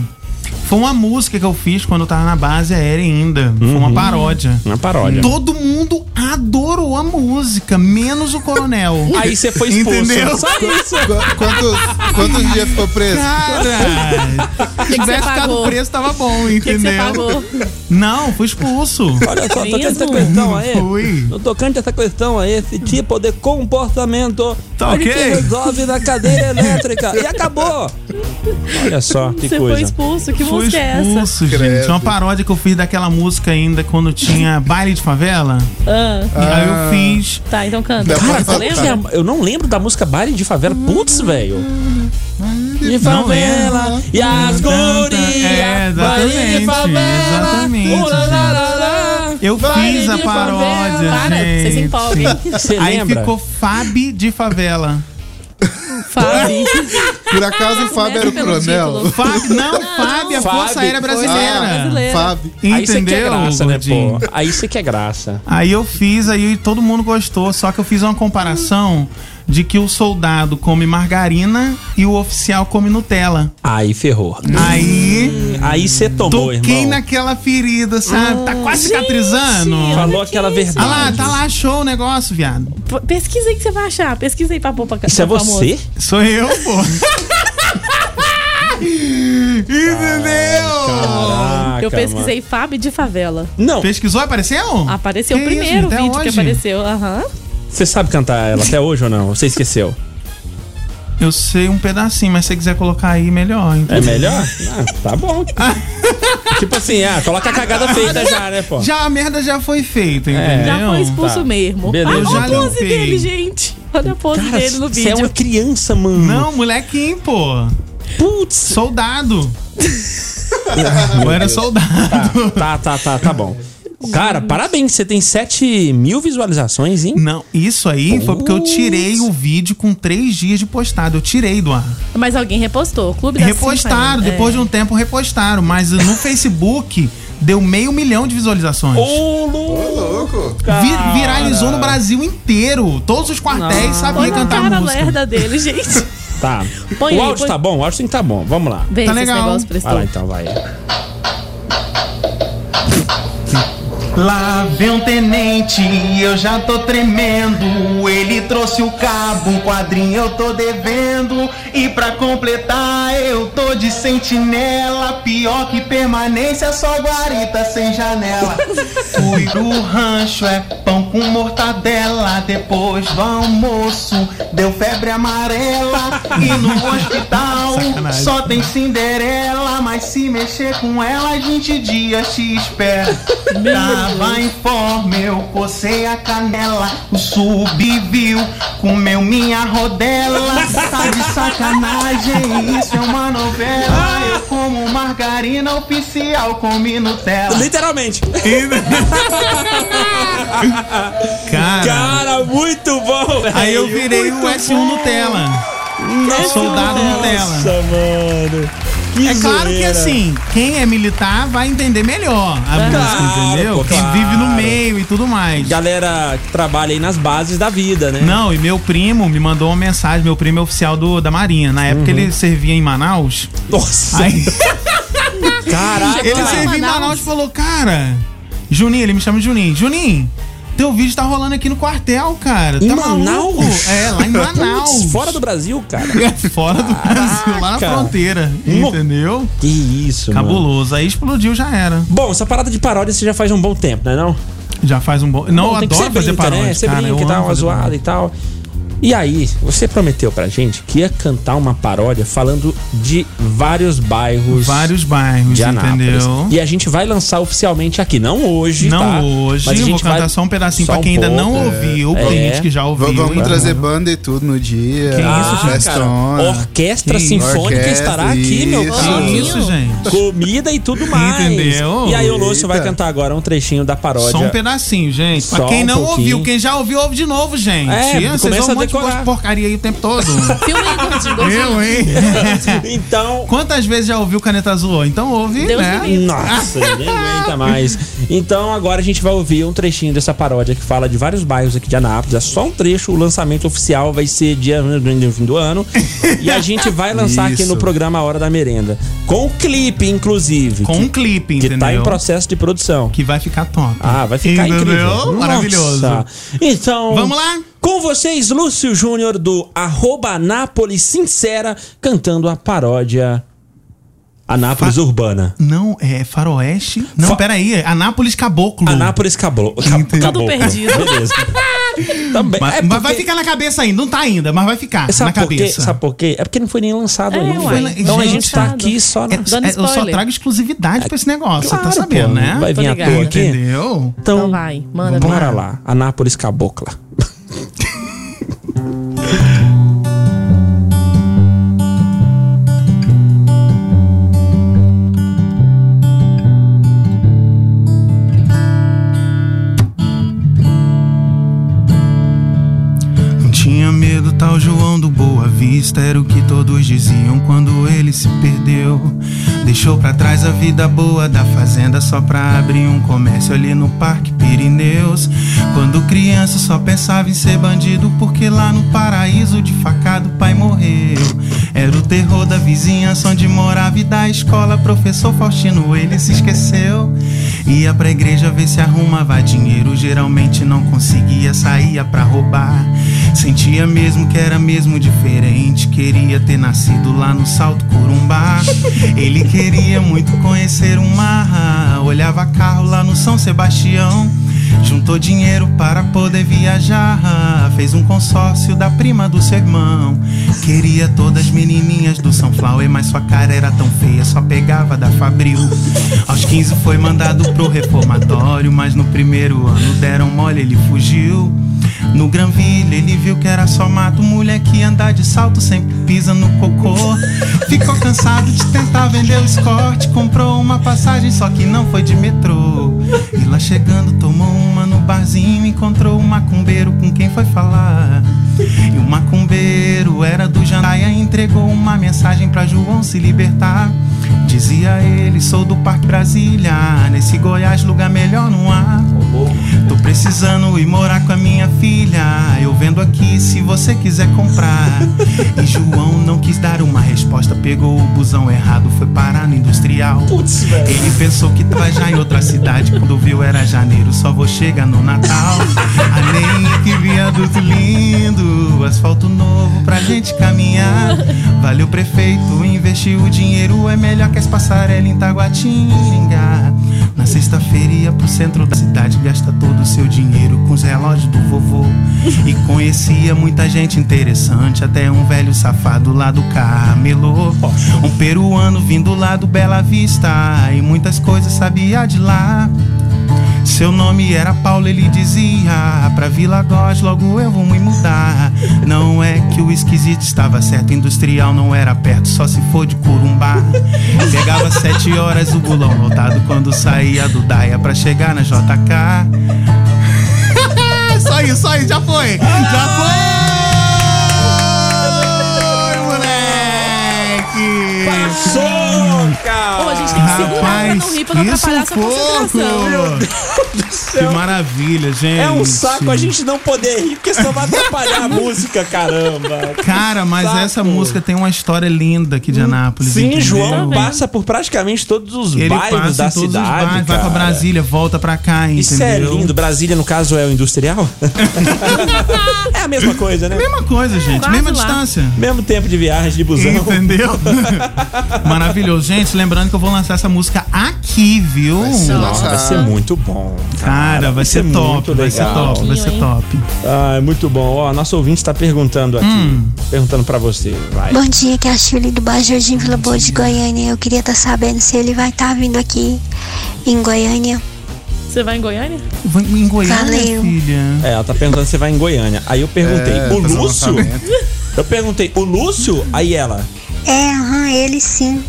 Foi uma música que eu fiz quando eu tava na base aérea ainda. Foi
Uhum.
uma paródia.
Uma paródia.
Todo mundo adorou a música, menos o coronel.
Aí você foi expulso.
Entendeu?
Só isso.
Qu- Quantos, quantos dias ficou preso?
Cara, se
que você
tivesse ficado
pagou?
preso, tava bom,
O que que você
entendeu?
pagou?
Não, fui expulso.
Olha só,
Mesmo?
tocante essa questão aí.
Fui.
No tocante essa questão aí, esse tipo de comportamento
Tá
a gente
ok?
resolve na cadeira elétrica. E acabou! Olha só, que
Você foi
coisa.
expulso? Que
Fui
música é essa?
expulso, gente. Uma paródia que eu fiz daquela música ainda quando tinha baile de favela.
Ah,
E aí eu fiz.
tá, então canta.
Dá pra
Você
cantar.
lembra?
É, Eu não lembro da música Baile de Favela. Putz, velho. De
Não
favela
lembra.
e as
É,
gurias. Baile de
exatamente,
favela. uh,
exatamente,
ulalalala.
Eu
Baile
fiz a
de
paródia,
favela.
Para,
gente.
você se empolga, hein?
Você
Aí
lembra?
ficou Fábio de favela.
Fábio.
Tá
Por acaso o Fábio era o
Pelo
coronel?
título.
Fábio, não, Fábio, a
Fábio, é.
Força Aérea Brasileira.
brasileira. Fábio.
Fábio.
Aí você que é
Entendeu?
graça, né,
gordinho?
pô? Aí você que é graça.
Aí eu fiz, aí todo mundo gostou. Só que eu fiz uma comparação de que o soldado come margarina e o oficial come Nutella.
Aí ferrou.
Aí
Aí você tomou,
toquei
irmão.
naquela ferida, sabe? Tá quase cicatrizando.
gente.
Falou aquela
Ah lá,
verdade.
tá lá, show o negócio, viado.
P- Pesquisa aí que você vai achar. Pesquisa aí pra pôr pra ca-
Isso é
pra famoso.
você?
Sou eu, pô. Entendeu?
Caraca, mano.
Eu pesquisei Fábio de favela.
Não,
Pesquisou, apareceu?
Apareceu
Ah, Que
o
isso,
primeiro
até
vídeo que
hoje?
apareceu. Aham.
você sabe cantar ela até hoje ou não? Você esqueceu?
Eu sei um pedacinho, mas se você quiser colocar aí, melhor.
É
entendeu?
melhor? Ah, tá bom. tipo assim, ah, coloca a cagada feita já, né, pô?
Já a merda já foi feita,
É.
entendeu?
Já foi expulso
Tá.
mesmo.
Beleza. Eu
Olha
É, já
a pose
limpei.
dele, gente. Olha a pose
Cara,
dele no
você é
um
vídeo.
uma criança, mano.
Não, molequinho, pô.
Putz.
Soldado. Eu era soldado.
Tá, tá, tá, tá bom. Cara, parabéns, você tem 7 mil visualizações, hein?
Não, isso aí foi porque eu tirei o vídeo com três dias de postado. Eu tirei do ar.
Mas alguém repostou. O Clube da né?
Repostaram,
Cinco ainda.
depois de um tempo repostaram. Mas no Facebook deu meio milhão de visualizações.
Ô, louco.
Louco.
Vi- viralizou no Brasil inteiro. Todos os quartéis sabiam
Põe na
cantar
cara É. a
música.
lerda dele, gente.
Tá.
Põe
o
aí,
áudio
põe-
tá bom, o áudio tem que tá bom. Vamos lá.
Vem
Tá
se esse
legal.
negócio prestou.
Vai lá então, vai.
Lá vem um tenente, eu já tô tremendo. Ele trouxe o cabo, um quadrinho eu tô devendo. E pra completar, eu tô de sentinela. Pior que permanência, só guarita sem janela. Fui do rancho, é pão com mortadela. Depois do almoço, deu febre amarela. E no hospital, só tem Cinderela. Mas se mexer com ela, 20 dias te espera. Tava em forma, eu cocei a canela. O subviu, comeu minha rodela. Tá de sacanagem, isso é uma novela. Eu como margarina oficial, comi Nutella.
Tá. Literalmente.
Cara,
Cara, muito bom, velho.
aí eu virei o
Muito
S1
bom. é
Nutella. um soldado Nutella.
Nossa, mano. Que
É claro que
zoeira.
assim, quem é militar vai entender melhor a música, entendeu?
pô,
quem
claro.
vive no meio e tudo mais.
Galera que trabalha aí nas bases da vida, né?
Não, e meu primo me mandou uma mensagem, meu primo é oficial do, da Marinha. Na
Uhum.
época ele servia em Manaus.
Nossa.
Aí
Caraca.
ele
lá um em
serviu em
Manaus?
Manaus e falou, cara. Juninho, ele me chama de Juninho. Juninho, Teu vídeo tá rolando aqui no quartel, cara.
Em
tá
Manaus?
maluco? É, lá em Manaus.
Putz, fora do Brasil, cara.
Fora do Brasil, lá na
Caraca. Um
fronteira.
Mo-
Entendeu?
Que isso, mano.
Cabuloso. Aí explodiu, já era.
Bom, essa parada de paródia você já faz um bom tempo, não é não?
Já faz um bom. Não, eu
tem que
adoro
ser
fazer
brinca,
paródia.
né? Você
cara.
brinca
eu
e tal,
amo
uma
fazer
zoada
paródia.
e tal. E aí, você prometeu pra gente que ia cantar uma paródia falando de vários bairros.
Vários bairros,
de Anápolis.
entendeu?
E a gente vai lançar oficialmente aqui, não hoje,
Não
tá?
hoje,
Mas a
eu
gente
vou cantar só um pedacinho pra quem ainda não ouviu,
É.
tem gente que já ouviu.
Vamos, vamos
né?
entendeu?
trazer banda e tudo no dia. Ah,
Que isso, gente?
festona.
É Orquestra
Que
Sinfônica
orquestra,
estará aqui, meu
isso.
caro.
Que isso, gente?
Comida e tudo mais.
Entendeu?
E aí o Lúcio vai
Eita.
cantar agora um trechinho da paródia.
Só um pedacinho, gente.
Só
pra quem
um
não
pouquinho.
ouviu, quem já ouviu, ouve de novo, gente.
É, começa
vão um
a decorar.
de porcaria aí o tempo todo.
Filma aí, gordinho, gordinho.
Eu, hein?
Então,
Quantas vezes já ouviu Caneta Azul? Então ouve,
Deus
né?
me livre.
Ah, Nossa, nem aguenta mais. Então agora a gente vai ouvir um trechinho dessa paródia que fala de vários bairros aqui de Anápolis. É só um trecho, o lançamento oficial vai ser dia do fim do ano. E a gente vai lançar aqui
Isso.
no programa A Hora da Merenda. Com o clipe, inclusive.
Com
que,
um clipe,
que
entendeu?
tá em processo de produção.
Que vai ficar top.
Ah, vai ficar
Entendeu?
incrível.
Maravilhoso.
Nossa. Então.
Vamos lá?
Com vocês, Lúcio Júnior do arroba Anápolis Sincera, cantando a paródia Anápolis Urbana.
Não, é Faroeste. Não,
Fa-
peraí. é Anápolis Caboclo.
Anápolis Cablo. Ca-
Entendi.
Caboclo.
Tudo perdido.
Beleza. Também.
Mas, mas
é porque-
vai ficar na cabeça ainda. Não tá ainda, mas vai ficar
Sabe
na
por quê?
cabeça.
Sabe por quê? É porque não foi nem lançado
É,
ainda.
uai.
Então a
Gente,
gente tá aqui só na...
É,
Dando
é, eu só
spoiler.
trago exclusividade pra esse negócio.
Claro,
você tá sabendo,
pô,
né?
Vai
Tô
vir à
ligada.
toa aqui.
Entendeu?
Então,
Então vai, manda,
Bora
vai.
lá. Anápolis Cabocla.
Não tinha medo, tal João do Boa Vista era o que todos diziam quando ele se perdeu. Deixou pra trás a vida boa da fazenda só pra abrir um comércio ali no Parque Pirineus. Quando criança só pensava em ser bandido porque lá no paraíso de facado o pai morreu. Era o terror da vizinhança onde morava e da escola professor Faustino ele se esqueceu. Ia pra igreja ver se arrumava dinheiro, geralmente não conseguia, saía pra roubar. Sentia mesmo que era mesmo diferente, queria ter nascido lá no Salto Corumbá. Ele queria muito conhecer o mar, olhava carro lá no São Sebastião. Juntou dinheiro para poder viajar. Fez um consórcio da prima do seu irmão. Queria todas as menininhas do Sunflower, mas sua cara era tão feia, só pegava da Fabril. Aos 15 foi mandado pro reformatório, mas no primeiro ano deram mole, ele fugiu. No Granville ele viu que era só mato, mulher que anda de salto sempre pisa no cocô. Ficou cansado de tentar vender o escorte, comprou uma passagem, só que não foi de metrô. E lá chegando tomou uma no barzinho, encontrou um macumbeiro com quem foi falar. E o macumbeiro era do Jandaia, entregou uma mensagem pra João se libertar. Dizia ele, sou do Parque Brasília, nesse Goiás lugar melhor não há. Tô precisando ir morar com a minha filha. Eu vendo aqui se você quiser comprar. E João não quis dar uma resposta. Pegou o busão errado, foi parar no industrial.
Putz, velho.
Ele pensou que tava já em outra cidade. Quando viu era janeiro, só vou chegar no Natal. Além que viaduto lindo, asfalto novo pra gente caminhar. Valeu, prefeito, investiu o dinheiro. É melhor que as passarelas em Taguatinga. Na sexta-feira ia pro centro da cidade, gasta todo o seu dinheiro com os relógios do vovô. E conhecia muita gente interessante, até um velho safado lá do Carmelô. Um peruano vindo lá do Bela Vista, e muitas coisas sabia de lá. Seu nome era Paulo, ele dizia Pra Vila Góes logo eu vou me mudar Não é que o esquisito estava certo Industrial não era perto, só se for de Corumbá Pegava sete horas o bulão lotado Quando saía do Daia pra chegar na JK Só isso, só isso, já foi Já foi, moleque
Passou! boca!
Ou a gente tem que segurar pra não rir, pra não
isso
atrapalhar
um
a sua concentração.
pouco. Que maravilha, gente.
É um saco a gente não poder rir, porque senão vai atrapalhar a música, caramba.
Cara, mas
Saco. Hum.
essa música tem uma história linda aqui de Anápolis.
Sim,
entendeu?
João passa por praticamente todos os
Ele
bairros
passa
da
em todos os
cidade.
bairros, vai pra
cara.
Brasília, volta pra cá, entendeu?
Isso é lindo. Brasília, no caso, é o industrial? é a mesma coisa, né?
Mesma coisa,
É,
gente.
quase
Mesma
lá.
distância.
Mesmo tempo de viagem de busão.
Entendeu? Maravilhoso. Gente, lembrando que eu vou lançar essa música aqui, viu?
Nossa, vai ser é muito bom. é
Cara, vai ser top, vai ser top, vai ser top.
Ah, é muito bom. Ó, nosso ouvinte tá perguntando aqui.
Hum.
Perguntando pra você. Vai.
Bom dia, que é a Shirley do Bairro Jardim Vila Boa de Goiânia. Eu queria estar sabendo se ele vai estar vindo aqui em Goiânia.
Você vai em Goiânia?
Vai em
Goiânia, Valeu.
É, ela tá perguntando se vai em Goiânia. Aí eu perguntei,
É,
o
fazer um
Lúcio? Eu perguntei, o Lúcio? Aí ela,
É, aham, ele sim.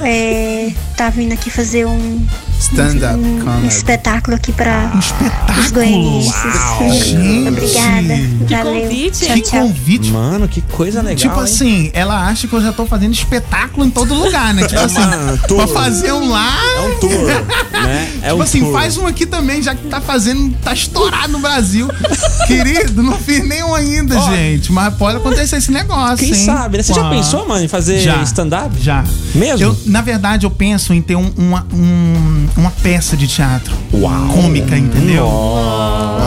É, tá vindo aqui fazer um
Stand-up
um
comedy.
espetáculo aqui pra os goianienses.
Gente.
Obrigada. Valeu. Tchau,
Que
tchau.
convite.
Mano, que coisa legal.
Tipo
hein?
assim, ela acha que eu já tô fazendo espetáculo em todo lugar, né? Tipo
É
assim,
uma tour.
pra fazer um lá.
É um tour, né? É
tipo
um
assim,
tour.
faz um aqui também, já que tá fazendo, tá estourado no Brasil. Querido, não fiz nenhum ainda, gente. Mas pode acontecer esse negócio,
Quem
hein?
sabe, né? Você já
Com a-
pensou, mano, em fazer
Já.
stand-up?
Já.
Mesmo?
Eu, na verdade, eu penso em ter um- uma, um- uma peça de teatro.
Uau.
Cômica, entendeu?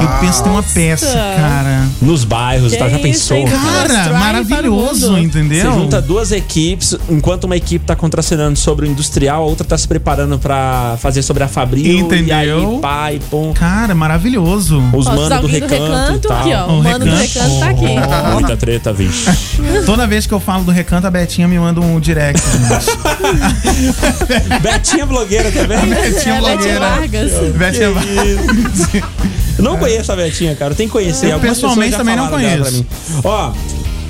Eu penso em ter uma peça, cara.
Nos bairros, tá? Já pensou?
Cara, maravilhoso, entendeu?
Você junta duas equipes, enquanto uma equipe tá contracenando sobre o industrial, a outra tá se preparando pra fazer sobre a Fabril. E aí,
Entendeu?
pai, pum.
Cara, maravilhoso.
Os
Ó,
manos do
alguém do
recanto, e
recanto,
tal. Um
aqui, ó, o mano do recanto tá
Um
aqui.
Muita treta, vixe.
Toda vez que eu falo do recanto, a Betinha me manda um direct.
Betinha blogueira também.
Betinha É, Betinha blogueira. Vargas. Betinha
Que
Vargas.
isso. Eu não conheço a Betinha, cara. Tem que conhecer.
Eu
Algumas pessoas
pessoalmente
já
também não
falaram dela
conheço.
pra mim. Ó,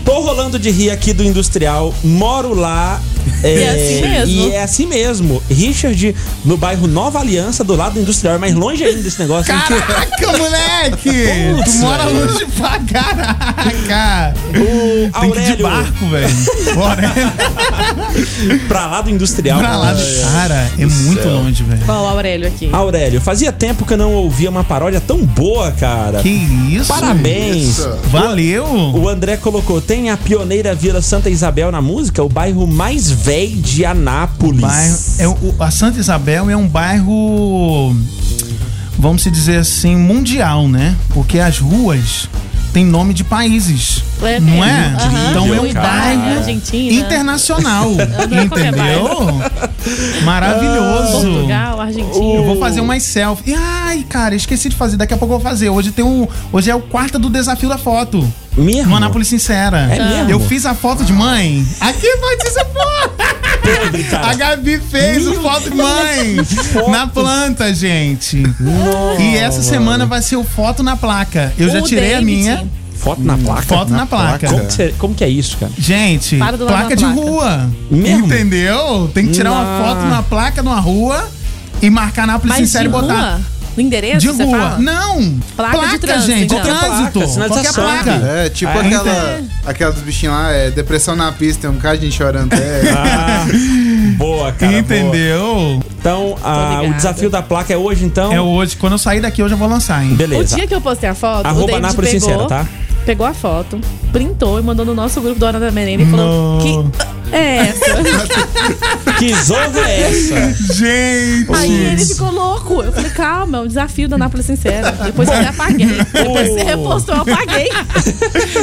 tô rolando de rir aqui do Industrial, moro lá.
E é assim mesmo.
E é assim mesmo. Richard, no bairro Nova Aliança, do lado do Industrial. É mais longe ainda desse negócio. hein, que-
Caraca, moleque!
Putz,
tu mora
velho.
longe pra caraca!
O
Tem que ir
Aurélio.
de barco, velho. Bora.
pra lá do Industrial.
Pra lá do- cara, é muito longe, velho.
Ó, o Aurélio aqui.
Aurélio, fazia tempo que eu não ouvia uma paródia tão boa, cara.
Que isso?
Parabéns.
Isso. Valeu.
O, o André colocou, tem a pioneira Vila Santa Isabel na música, o bairro mais velho de Anápolis.
Bairro, é, o- a Santa Isabel é um bairro, vamos se dizer assim, mundial, né? Porque as ruas têm nome de países.
É
não
mesmo.
é?
Aham.
Então é um
Cuidado,
bairro
Argentina.
internacional.
Não é qualquer
entendeu? Maravilhoso.
Portugal, Argentina.
Eu vou fazer umas selfies. Ai, cara, esqueci de fazer. Daqui a pouco eu vou fazer. Hoje tem um. Hoje é o quarto do desafio da foto.
Mesmo?
No um- Anápolis Sincera.
É mesmo?
Eu fiz a foto de mãe. Aqui vai dizer, pô!
cara.
A Gabi fez o foto de mãe.
Foto.
Na planta, gente. e essa semana vai ser o foto na placa. Eu já
O
tirei a
David.
minha.
Foto na placa?
Foto na placa.
Como que, cê- como que é isso, cara?
Gente,
Para do lado
placa
da
de
placa.
rua.
Mesmo?
Entendeu? Tem que tirar
Não.
uma foto na placa numa rua e marcar na Anápolis
Mas de
Sincera e botar.
rua? No endereço,
De
você
rua.
fala?
Não.
Placa, de trânsito.
gente,
então.
de trânsito. Qualquer placa.
É, tipo
Ah,
aquela, aquela dos bichinhos lá, é depressão na pista, tem um cara de gente chorando. É.
Ah, boa, cara.
Entendeu?
Então, ah, o
ligada.
desafio da placa é hoje, então?
É hoje. Quando eu sair daqui, eu já vou lançar, hein?
Beleza.
O dia que eu postei a foto,
Arroba
o David
Anápolis
pegou,
Sincera, tá?
pegou a foto, printou e mandou no nosso grupo do Hora da Merenda e falou que é essa.
Que zorra é essa?
Gente!
Aí ele ficou louco. Eu falei, calma, é o desafio da Anápolis Sincera. Depois eu até apaguei. Depois você repostou, eu apaguei.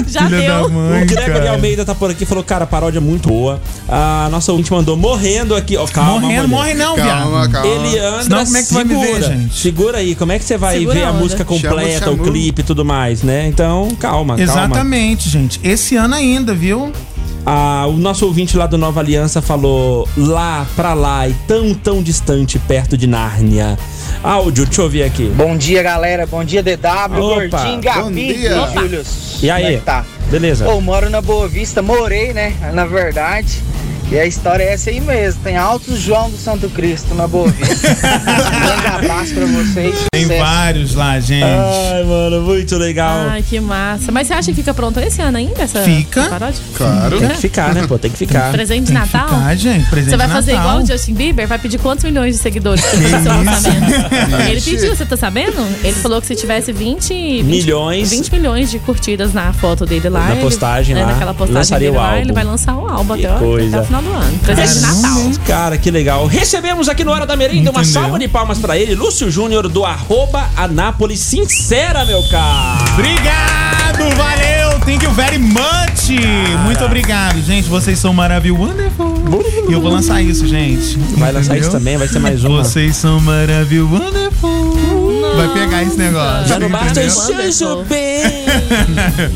Já
Oh. Filha
deu.
da mãe, o Gregory Almeida tá por aqui falou, cara, a paródia é muito boa. Ah, A nossa ouvinte mandou morrendo aqui. Ó, calma,
Morrendo,
mulher.
morre não,
Calma,
viado.
calma.
Eliandra,
Senão como é que tu vai me
segura.
ver, gente?
Segura aí, como é que você vai
Segura
ver
a
a
onda.
música completa,
Chama o
o
Xamu.
clipe e tudo mais, né? Então, calma, calma.
Exatamente, gente. Esse ano ainda, viu?
Ah, o nosso ouvinte lá do Nova Aliança falou lá, pra lá e tão, tão distante, perto de Nárnia. Áudio, deixa eu ver aqui.
Bom dia, galera. Bom dia, DW,
Opa,
Gordinho,
bom
Gabi
dia.
e Július.
E
Como é
aí?
que tá?
Beleza.
Pô, moro na Boa Vista, morei, né? Na verdade. E a história é essa aí mesmo. Tem Alto João do Santo Cristo na Boa Vista. um grande abraço pra vocês.
Tem
sucesso.
vários lá, gente.
Ah.
Ai, mano, muito legal.
Ai, que massa. Mas você acha que fica pronto esse ano ainda? Essa
Fica.
essa paródia?
Tem que ficar, né, pô? Tem que ficar.
Presente de Natal?
Ah, gente, presente
Você vai
de
fazer
Natal.
igual o Justin Bieber? Vai pedir quantos milhões de seguidores pra fazer seu lançamento? Ele
Ixi.
pediu, você tá sabendo? Ele falou que se tivesse 20, 20
Milhões.
20 milhões de curtidas na foto dele lá.
Na
ele-
postagem
né,
lá,
Naquela postagem
lançaria
dele
o
lá,
álbum.
ele vai lançar o álbum até,
Que
o- até
coisa.
o final do ano. Presente de
Caramba,
Natal.
Cara, que legal. Recebemos aqui no Hora da Merenda uma
Entendeu?
salva de palmas pra ele, Lúcio Júnior, do arroba Anápolis Sincera, meu caro.
Obrigado, valeu, thank you very much. Muito obrigado, gente. Vocês são maravilhosos. E eu vou lançar isso, gente.
Vai lançar isso também, vai ser mais uma.
Vocês são maravilhosos. Vai pegar esse negócio.
Já não basta
entendeu?
isso, isso, bem.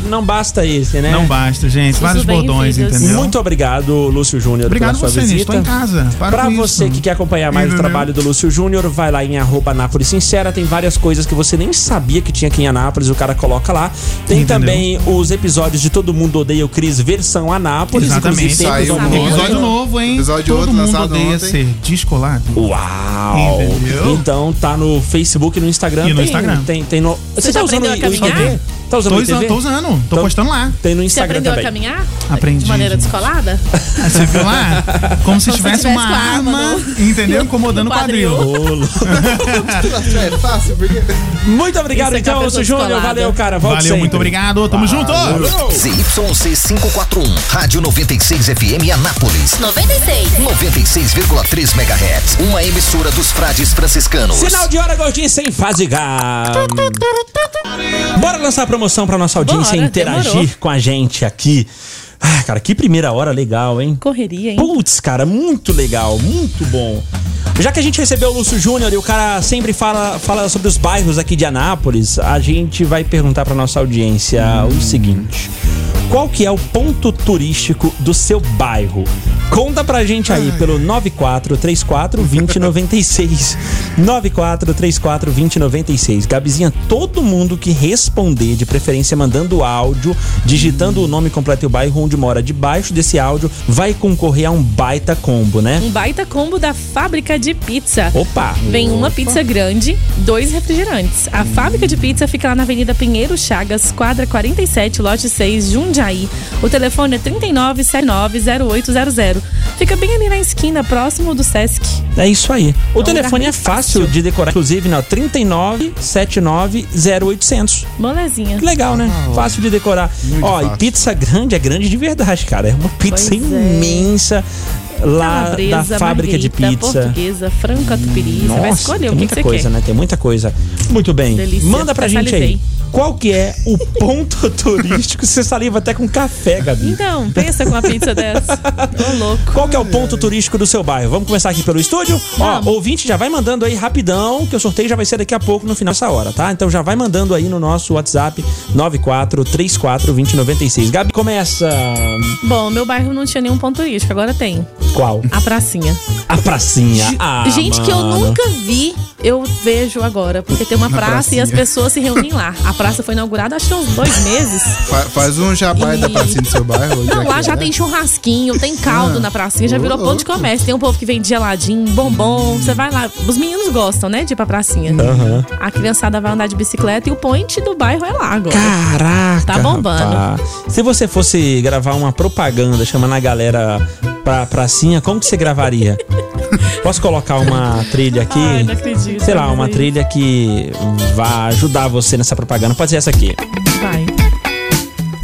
Não basta esse, né?
Não basta, gente. Vários bordões, entendeu?
Muito obrigado, Lúcio Júnior,
Obrigado
pela sua
você, gente.
visita.
Tô em casa. Para
Pra
com isso.
você que quer acompanhar mais o
Entendeu?
trabalho do Lúcio Júnior, vai lá em arroba Anápolis Sincera. Tem várias coisas que você nem sabia que tinha aqui em Anápolis, o cara coloca lá. Tem
Entendeu?
também os episódios de Todo Mundo Odeia o Cris, versão Anápolis.
Exatamente.
Inclusive, tem
Saiu
episódio
um
novo.
episódio novo, hein?
Episódio
Todo
outro
mundo
lançado
odeia
ontem.
ser descolado.
Uau!
Entendeu?
Então tá no Facebook e no Instagram.
E no
tem,
Instagram.
Tem, tem no...
Você
Você
já
tá usando o
aprendeu a
ITV?
caminhar?
Tá usando
Tô
o ITV?
usando, tô usando. Tô
Então,
postando lá.
Tem no
Você
Instagram
aprendeu
também.
a caminhar?
Aprendi,
De maneira descolada?
Você viu lá? Como se
Como se
tivesse
tivesse
uma
com a arma
arma,
no-
entendeu? Incomodando o
no
quadril.
quadril.
É fácil, porque.
Muito obrigado,
Isso é que é
então,
uma
Lúcio
pessoa
Júnior.
descolada.
Valeu, cara. Volte
Valeu,
sempre.
muito obrigado. Tamo junto.
ZYC 541, Rádio 96 FM Anápolis.
96.
96,3 MHz. Uma emissora dos frades franciscanos.
Sinal de hora, gordinho, sem fadigar. Bora lançar a promoção pra nossa audiência
Bora,
interagir
demorou.
com a gente aqui. Ah, cara, que primeira hora legal, hein?
Correria, hein?
Putz, cara, muito legal, muito bom. Já que a gente recebeu o Lúcio Júnior e o cara sempre fala, fala sobre os bairros aqui de Anápolis, a gente vai perguntar pra nossa audiência o seguinte. Qual que é o ponto turístico do seu bairro? Conta pra gente aí pelo 9434 2096. 9434 2096. Gabizinha, todo mundo que responder, de preferência mandando áudio, digitando o nome completo e o bairro onde mora, debaixo desse áudio, vai concorrer a um baita combo, né?
Um baita combo da fábrica de pizza.
Opa! Hum.
Vem uma pizza grande, dois refrigerantes. A fábrica de pizza fica lá na Avenida Pinheiro Chagas, quadra 47, lote 6, Jundiaí. O telefone é 39790800. Fica bem ali na esquina, próximo do Sesc.
É isso aí. O
É um
telefone
lugar
é fácil de decorar, inclusive, né, na 39790800.
Molezinha.
Que Legal, né? Fácil de decorar. Ó, e
Ah, fácil.
pizza grande é grande de verdade, cara. É uma pizza
Pois é.
imensa lá
Calabresa,
da fábrica de
marguerita,
pizza.
Portuguesa, franca tupiri. você vai escolher
tem
o que,
muita
que você
coisa,
quer.
né? Tem muita coisa. Muito bem.
Delícia,
Manda pra
até
gente aí.
salivei.
Qual que é o ponto turístico? Você saliva até com café, Gabi.
Então, pensa com uma pizza dessa. Ô, louco.
Qual que é o ponto turístico do seu bairro? Vamos começar aqui pelo estúdio? Ó, ouvinte, já vai mandando aí rapidão, que o sorteio já vai ser daqui a pouco, no final dessa hora, tá? Então já vai mandando aí no nosso WhatsApp 94342096. Gabi, começa.
Bom, meu bairro não tinha nenhum ponto turístico, agora tem.
Qual?
A pracinha.
A pracinha. Ah,
Gente que eu
mano.
nunca vi, eu vejo agora. Porque tem uma
Na
praça e
pracinha.
as pessoas se reúnem lá. A praça foi inaugurada acho que há uns dois meses.
Fa- faz um jabai da pracinha do seu bairro. onde é
Não,
que
lá já
é?
tem churrasquinho, tem caldo na pracinha, já
ô,
virou ponto de
louco.
comércio. Tem um povo que vende geladinho, bombom. Você vai lá. Os meninos gostam, né, de ir pra pracinha.
Aham.
A criançada vai andar de bicicleta e o point do bairro é lá agora.
Caraca!
Tá bombando.
rapaz. Se você fosse gravar uma propaganda chamando a galera pra pracinha, como que você gravaria? Posso colocar uma trilha aqui?
Ai, não acredito.
Sei lá, uma
Ai.
trilha que vá ajudar você nessa propaganda. Pode ser essa aqui.
Vai.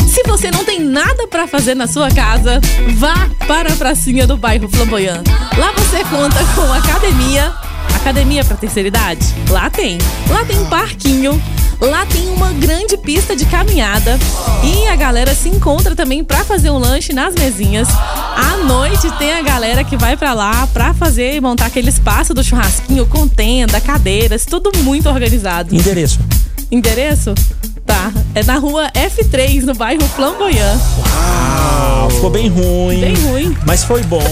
Se você não tem nada pra fazer na sua casa, vá para a pracinha do bairro Flamboyant. Lá você conta com academia, academia para terceira idade. Lá tem. Lá tem um parquinho. Lá tem uma grande pista de caminhada e a galera se encontra também pra fazer um lanche nas mesinhas. À noite tem a galera que vai pra lá pra fazer e montar aquele espaço do churrasquinho com tenda, cadeiras, tudo muito organizado.
Endereço.
Endereço? Tá. É na rua F3, no bairro Flamboyant.
Ah, ficou bem ruim.
Bem ruim.
Mas foi bom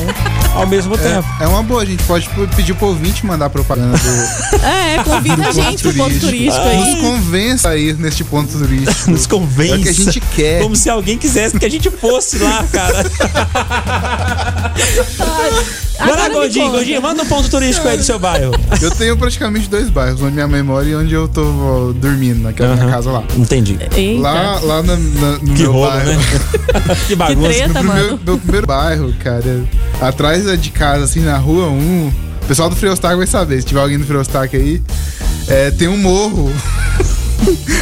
ao mesmo tempo.
É, uma boa, a gente pode tipo, pedir pro ouvinte mandar propaganda do.
É, convida a gente pro ponto turístico
Ah,
Nos
aí.
convença a ir neste ponto turístico.
Nos convença.
É o que a gente quer.
Como se alguém quisesse que a gente fosse lá, cara. Vai lá,
Agora me
Gordinho,
conta.
Gordinho, manda um ponto turístico aí do seu bairro.
Eu tenho praticamente dois bairros, onde minha mãe mora e onde eu tô ó, dormindo, né, naquela minha casa lá.
Entendi.
É.
Lá, lá na, na- no
Que
meu
rolo,
bairro.
né? que bagunça.
No
Tá
treta,
primeiro-
mano.
Meu primeiro bairro, cara, atrás da de casa, assim, na rua 1. O pessoal do Freostac vai saber, se tiver alguém do Freostac aí, é, tem um morro.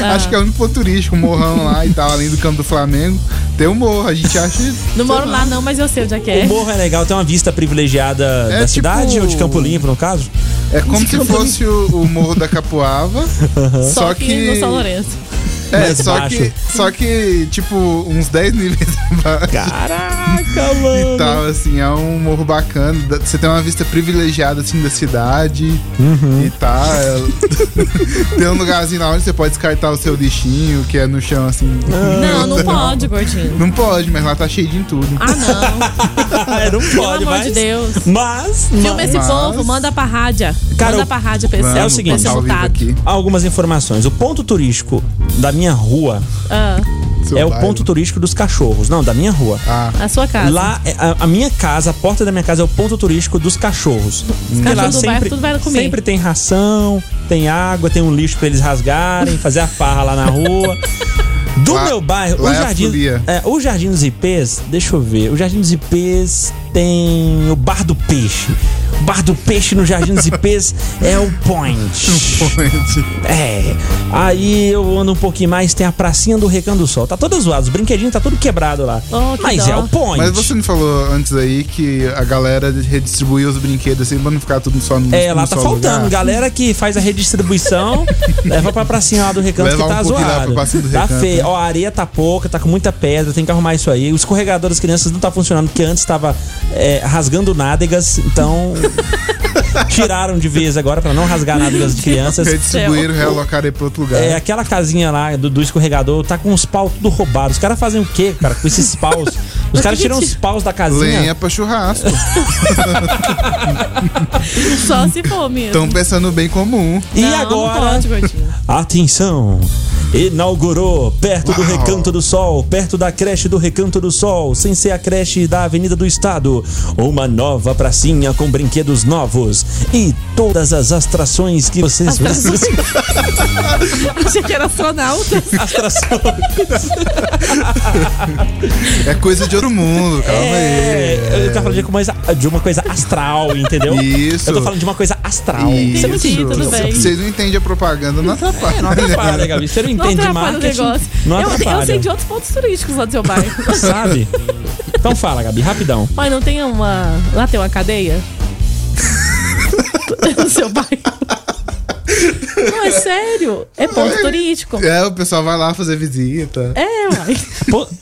Ah.
Acho que é o único ponto turístico, um morrão lá e tal, além do campo do Flamengo. Tem um morro, a gente acha.
Não moro lá não, mas eu sei onde é que é.
O morro é legal, tem uma vista privilegiada da
tipo-
cidade ou de Campo Limpo, no caso?
É como se
né?
fosse o, o morro da Capuava, só que.
no São Lourenço.
É,
Mais
só
baixo.
que, só que, tipo, uns 10 níveis abaixo.
Caraca, mano.
E tal, assim, é um morro bacana. da- Você tem uma vista privilegiada, assim, da cidade.
Uhum.
E tal. é- tem um lugarzinho lá onde você pode descartar o seu lixinho, que é no chão, assim.
Ah.
Não, não pode, gordinho.
Não pode, mas lá tá cheio de tudo.
Ah, não.
É, não pode,
Pelo amor
mas...
de Deus. é
Mas...
Filma esse
mas-
povo, manda pra rádio.
Cara,
manda
eu-
pra rádio pra esse,
é o seguinte,
pra esse multado.
algumas informações. O ponto turístico da minha rua
Ah,
é o ponto turístico dos cachorros. Não, da minha rua.
a sua casa.
Lá, é- a, a minha casa, a porta da minha casa é o ponto turístico dos cachorros. Porque lá
cachorros do bairro, tudo vai lá comer.
sempre tem ração, tem água, tem um lixo pra eles rasgarem, fazer a farra lá na rua. Do
Lá-
meu bairro,
lá
o
é a
jardim,
folia.
é, o jardim dos IPs, deixa eu ver. O Jardim dos IPs tem o Bar do Peixe. O Bar do Peixe no Jardim dos IPs é o Point. É. Aí eu ando um pouquinho mais, tem a pracinha do Recanto do Sol. Tá todo zoado, os brinquedinhos tá tudo quebrado lá.
Oh,
Mas é o Point.
Mas você não falou antes aí que a galera redistribuiu os brinquedos assim pra não ficar tudo só no
É,
num
lá tá
só
faltando.
lugar?
Galera que faz a redistribuição, leva pra pracinha lá do recanto
Leva
que tá
um pouquinho lá
zoado.
pra pracinha do
Tá
recanto,
feio.
né?
Ó, a areia tá pouca, tá com muita pedra, tem que arrumar isso aí. O escorregador das crianças não tá funcionando, porque antes tava é, rasgando nádegas, então. tiraram de vez agora pra não rasgar nádegas de crianças.
Redistribuíram, realocaram aí pra outro lugar.
É, aquela casinha lá do, do escorregador tá com os paus tudo roubados. Os caras fazem o quê, cara, com esses paus? Os caras tiram os paus da casinha.
Lenha pra churrasco.
Só se for mesmo.
Estão pensando bem comum.
Então, E
Não, Não
agora?
pode, gordinho.
Atenção! Inaugurou perto do Recanto do Sol, perto da creche do Recanto do Sol, sem ser a creche da Avenida do Estado, uma nova pracinha com brinquedos novos e todas as atrações que vocês.
Achei que era astronauta.
É coisa de outro mundo, calma
É,
aí.
eu tô falando de uma, coisa, de uma coisa astral, entendeu?
Isso.
Eu tô falando de uma coisa astral.
Isso.
Entendi, é tudo bem. Então,
Vocês não entendem a propaganda, não atrapalha.
Não atrapalha, Gabi. Você não entende de
atrapalha o
marketing.
negócio.
Não
Eu- eu,
atrapalha.
sei de outros pontos turísticos lá do seu bairro.
Sabe? Então fala, Gabi, rapidão.
Mas não tem uma. Lá tem uma cadeia? no seu bairro. Não, é sério. É ponto turístico.
É, o pessoal vai lá fazer visita.
É, uai.
Pô,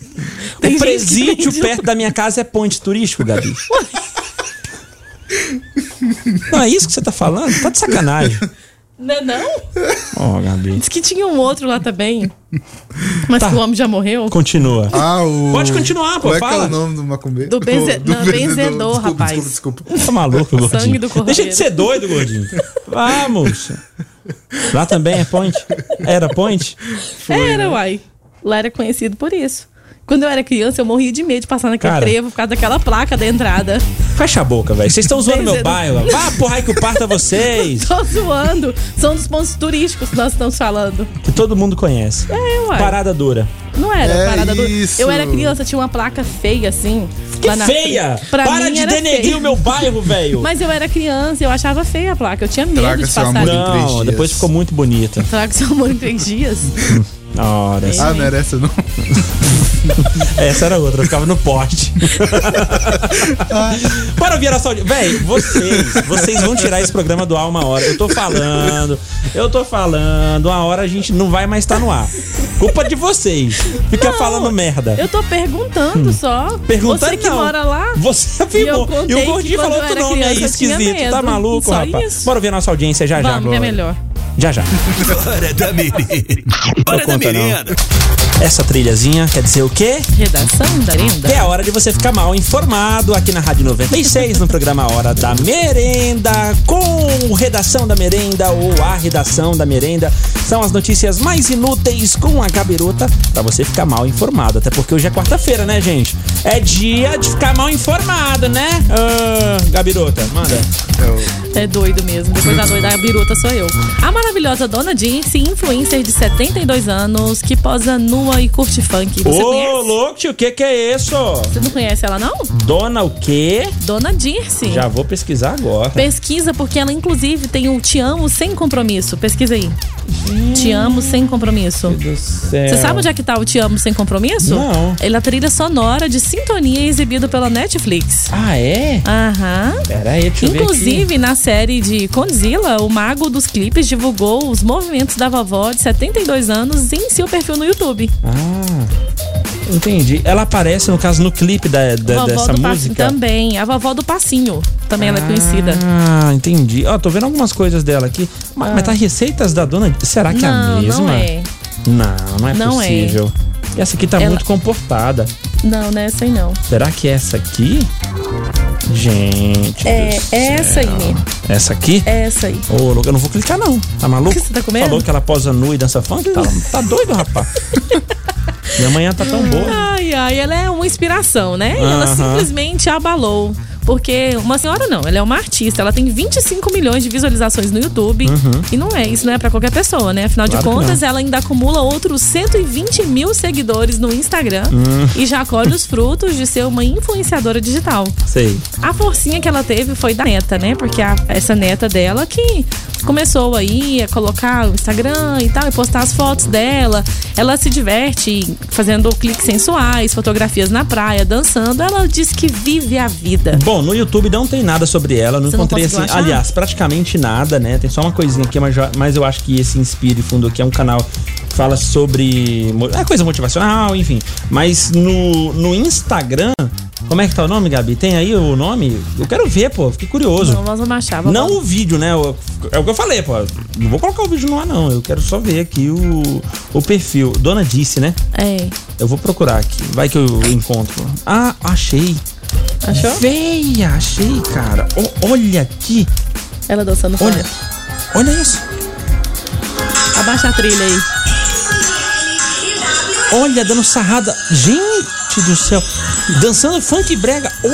Tem um
o
gente que
presídio
vende um-
perto da minha casa é ponte turístico, Gabi. Não é isso que você tá falando? Tá de sacanagem.
Não é não?
Ó, Gabi.
Diz que tinha um outro lá também. Mas
Tá.
que o homem já morreu.
Continua.
Ah, o...
Pode continuar, pô,
Como é que
fala.
é o nome do macumbeiro?
Do benze- não, benzedor,
Desculpa,
rapaz.
Desculpa, desculpa.
Tá maluco, gordinho.
Sangue do cordeiro.
Deixa de ser doido, gordinho. Vamos. Lá também é ponte? Era ponte?
era, uai. Lá era conhecido por isso. Quando eu era criança, eu morria de medo de passar naquele
Cara.
trevo por causa daquela placa da entrada.
Fecha a boca, velho. Vocês estão zoando meu
Benzedor.
bairro. Vá, porra, aí que eu parta vocês.
Tô zoando. São dos pontos turísticos que nós estamos falando.
Que todo mundo conhece.
É, uai.
Parada dura.
Não era
É
parada do.
isso.
Eu era criança, tinha uma placa feia assim.
Que
lá na-
feia!
Pra
Para
mim
de
era
denegrir
feia.
o meu bairro, velho.
Mas eu era criança, eu achava feia a placa. Eu tinha medo
Traga
de
seu
passar
amor
ali.
em três
Não,
dias.
depois ficou muito bonita.
Traga seu amor em três dias.
Ora, essa-
Ah, não era essa, não?
essa era outra, eu ficava no pote. Para ouvir a só. Véi, vocês, vocês vão tirar esse programa do ar uma hora. Eu tô falando, eu tô falando, uma hora a gente não vai mais estar no ar. Culpa de vocês. Fica
Não,
falando merda.
Eu tô perguntando só.
Hum. Perguntando
Você que
não.
mora lá.
Você afirmou.
E eu
E,
contei
o
que
Gordinho
quando
falou
eu
outro
era
nome aí
criança, eu tinha
esquisito. Tá
medo.
maluco,
Só
rapaz?
isso.
Bora ouvir a nossa audiência já já
Vamos, que
agora.
é melhor.
Já já.
Hora da merenda.
Não
Hora da
conta, não.
merenda.
Essa trilhazinha quer dizer o quê?
Redação da merenda.
É a hora de você ficar mal informado aqui na Rádio 96, no programa Hora da Merenda, com Redação da Merenda ou a Redação da Merenda. São as notícias mais inúteis com a Gabiruta pra você ficar mal informado. Até porque hoje é quarta-feira, né, gente? É dia de ficar mal informado, né? Ah, Gabirota, manda.
É doido mesmo. Depois da doida, a biruta sou eu. A maravilhosa Dona Jeanse, influencer de 72 anos, que posa nua e curte funk. Você conhece?
Ô, louco, tio, o que que é isso?
Você não conhece ela, não?
Dona o quê?
Dona Dirce.
Já vou pesquisar agora.
Pesquisa, porque ela, inclusive, tem o Te Amo Sem Compromisso. Pesquisa aí. Te Amo Sem Compromisso. Você sabe onde é que tá o Te Amo Sem Compromisso?
Não.
Ele é a trilha sonora de sintonia exibido pela Netflix.
Ah, é?
Aham.
Pera aí, deixa eu ver
Inclusive, na série de Condzilla, o mago dos clipes divulgou os movimentos da vovó de 72 anos em seu perfil no YouTube.
Ah, entendi. Ela aparece, no caso, no clipe da, da-
vovó
dessa
do Passinho
música.
também. A vovó do Passinho. Também ela é conhecida.
Ah, entendi. Ó, tô vendo algumas coisas dela aqui. Mas,
Ah.
mas tá receitas da dona. Será que é a
Não,
mesma?
não é.
Não, não é
Não é.
possível. E Essa aqui tá
Ela-
muito comportada.
Não, não é essa aí não.
Será que é essa aqui? Gente.
É,
do
é essa aí,
céu.
Nê.
Essa aqui?
É essa aí.
Ô, louco, eu não vou clicar, não. Tá maluco?
Você tá com medo?
Falou que ela posa nu e dança funk? Tá, tá doido, rapaz. Minha manhã tá tão boa.
Ai, ai, ela é uma inspiração, né? E Ela
Aham.
simplesmente abalou. Porque uma senhora não, ela é uma artista, ela tem 25 milhões de visualizações no YouTube.
Uhum.
E não é, isso não é pra qualquer pessoa, né? Afinal de
Claro que
contas,
não.
ela ainda acumula outros 120 mil seguidores no Instagram
Hum.
e já colhe os frutos de ser uma influenciadora digital.
Sei.
A forcinha que ela teve foi da neta, né? Porque a- essa neta dela que começou aí a colocar o Instagram e tal, e postar as fotos dela. Ela se diverte fazendo cliques sensuais, fotografias na praia, dançando. Ela diz que vive a vida.
Bom, no YouTube não tem nada sobre ela, não
Você não
encontrei
conseguiu
assim,
achar?
aliás, praticamente nada, né? Tem só uma coisinha aqui, mas, já- mas eu acho que esse Inspire Fundo aqui é um canal que fala sobre mo- é coisa motivacional, enfim. Mas no, no Instagram, como é que tá o nome, Gabi? Tem aí o nome? Eu quero ver, pô, fiquei curioso.
Não, nós vamos achar.
Não,
Vamos
o vídeo, né? O- É o que eu falei, pô. Não vou colocar o vídeo no ar, não. Eu quero só ver aqui o, o perfil. Dona disse, né?
É.
Eu vou procurar aqui. Vai que eu encontro. Ah, achei.
Achou?
Veia, achei, cara. O- olha aqui.
Ela dançando
Olha. Olha isso.
Abaixa a trilha aí.
Olha, dando sarrada. Gente do céu. Dançando funk e brega. Ô,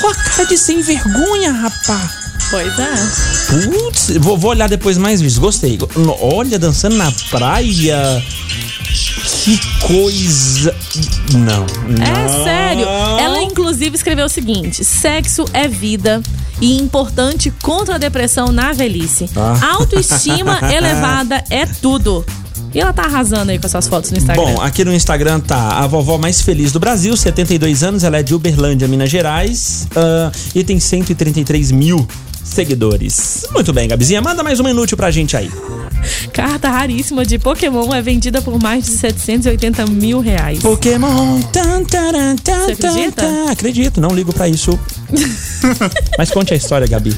Com a cara de sem vergonha, rapá.
Pois é.
Putz, vou, vou olhar depois mais vídeos. Gostei. No- Olha, dançando na praia. Que coisa. Não.
É
não.
sério. Ela inclusive escreveu o seguinte: sexo é vida e importante contra a depressão na velhice.
Ah.
Autoestima elevada é tudo. E ela tá arrasando aí com essas fotos no Instagram.
Bom, aqui no Instagram tá a vovó mais feliz do Brasil, 72 anos, ela é de Uberlândia, Minas Gerais, ah, e tem 133 mil seguidores. Muito bem, Gabizinha, manda mais uma inútil pra gente aí.
Carta raríssima de Pokémon é vendida por mais de 780 mil reais.
Pokémon.
Você acredita?
Ah, acredito, não ligo pra isso. Mas conte a história, Gabi.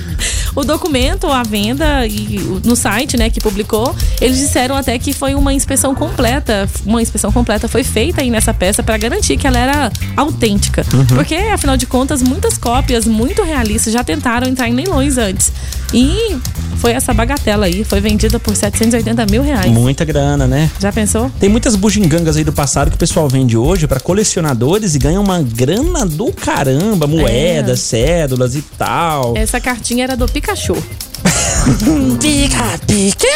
O documento, a venda e o- no site, né, que publicou, eles disseram até que foi uma inspeção completa, uma inspeção completa foi feita aí nessa peça para garantir que ela era autêntica,
Uhum.
porque afinal de contas muitas cópias muito realistas já tentaram entrar em leilões antes e foi essa bagatela aí, foi vendida por 780 mil reais.
Muita grana, né?
Já pensou?
Tem muitas bugigangas aí do passado que o pessoal vende hoje pra colecionadores e ganha uma grana do caramba, moedas,
É.
cédulas e tal.
Essa cartinha era do Pikachu.
Pica, pica.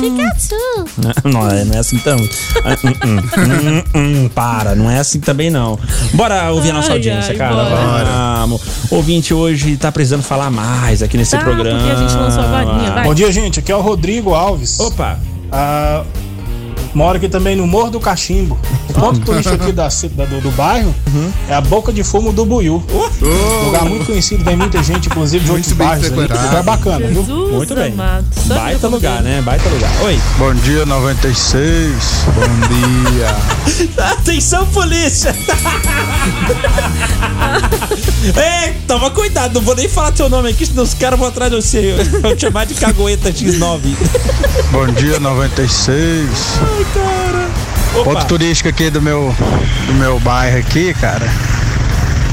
Pikachu.
Não, é- não é assim tão. Ah, hum, hum. Hum, hum, para, não é assim também não. Bora ouvir a nossa
Ai,
audiência,
ai,
cara.
bora.
Vamos. Ouvinte hoje tá precisando falar mais aqui nesse
Tá, porque
programa.
a gente lançou agorinha, vai. Bom
dia, gente. Aqui é o Rodrigo Alves.
Opa!
Ah,
Moro aqui também no Morro do Cachimbo. O ponto turístico aqui da, ci- da- do, do bairro
Uhum.
é a Boca de Fumo do Buiú. Lugar muito conhecido, tem muita gente, inclusive de outros bairros. ali. Lugar bacana, viu?
Muito bem. Baita lugar, né? Baita lugar. Oi.
Bom dia, 96. Bom dia.
Tá, Atenção, polícia! é, toma cuidado, não vou nem falar teu nome aqui, senão os caras vão atrás de você. Eu vou te chamar de cagoeta X9.
Bom dia, 96. Ai,
cara.
Ponto turístico aqui do meu, do meu bairro aqui, cara.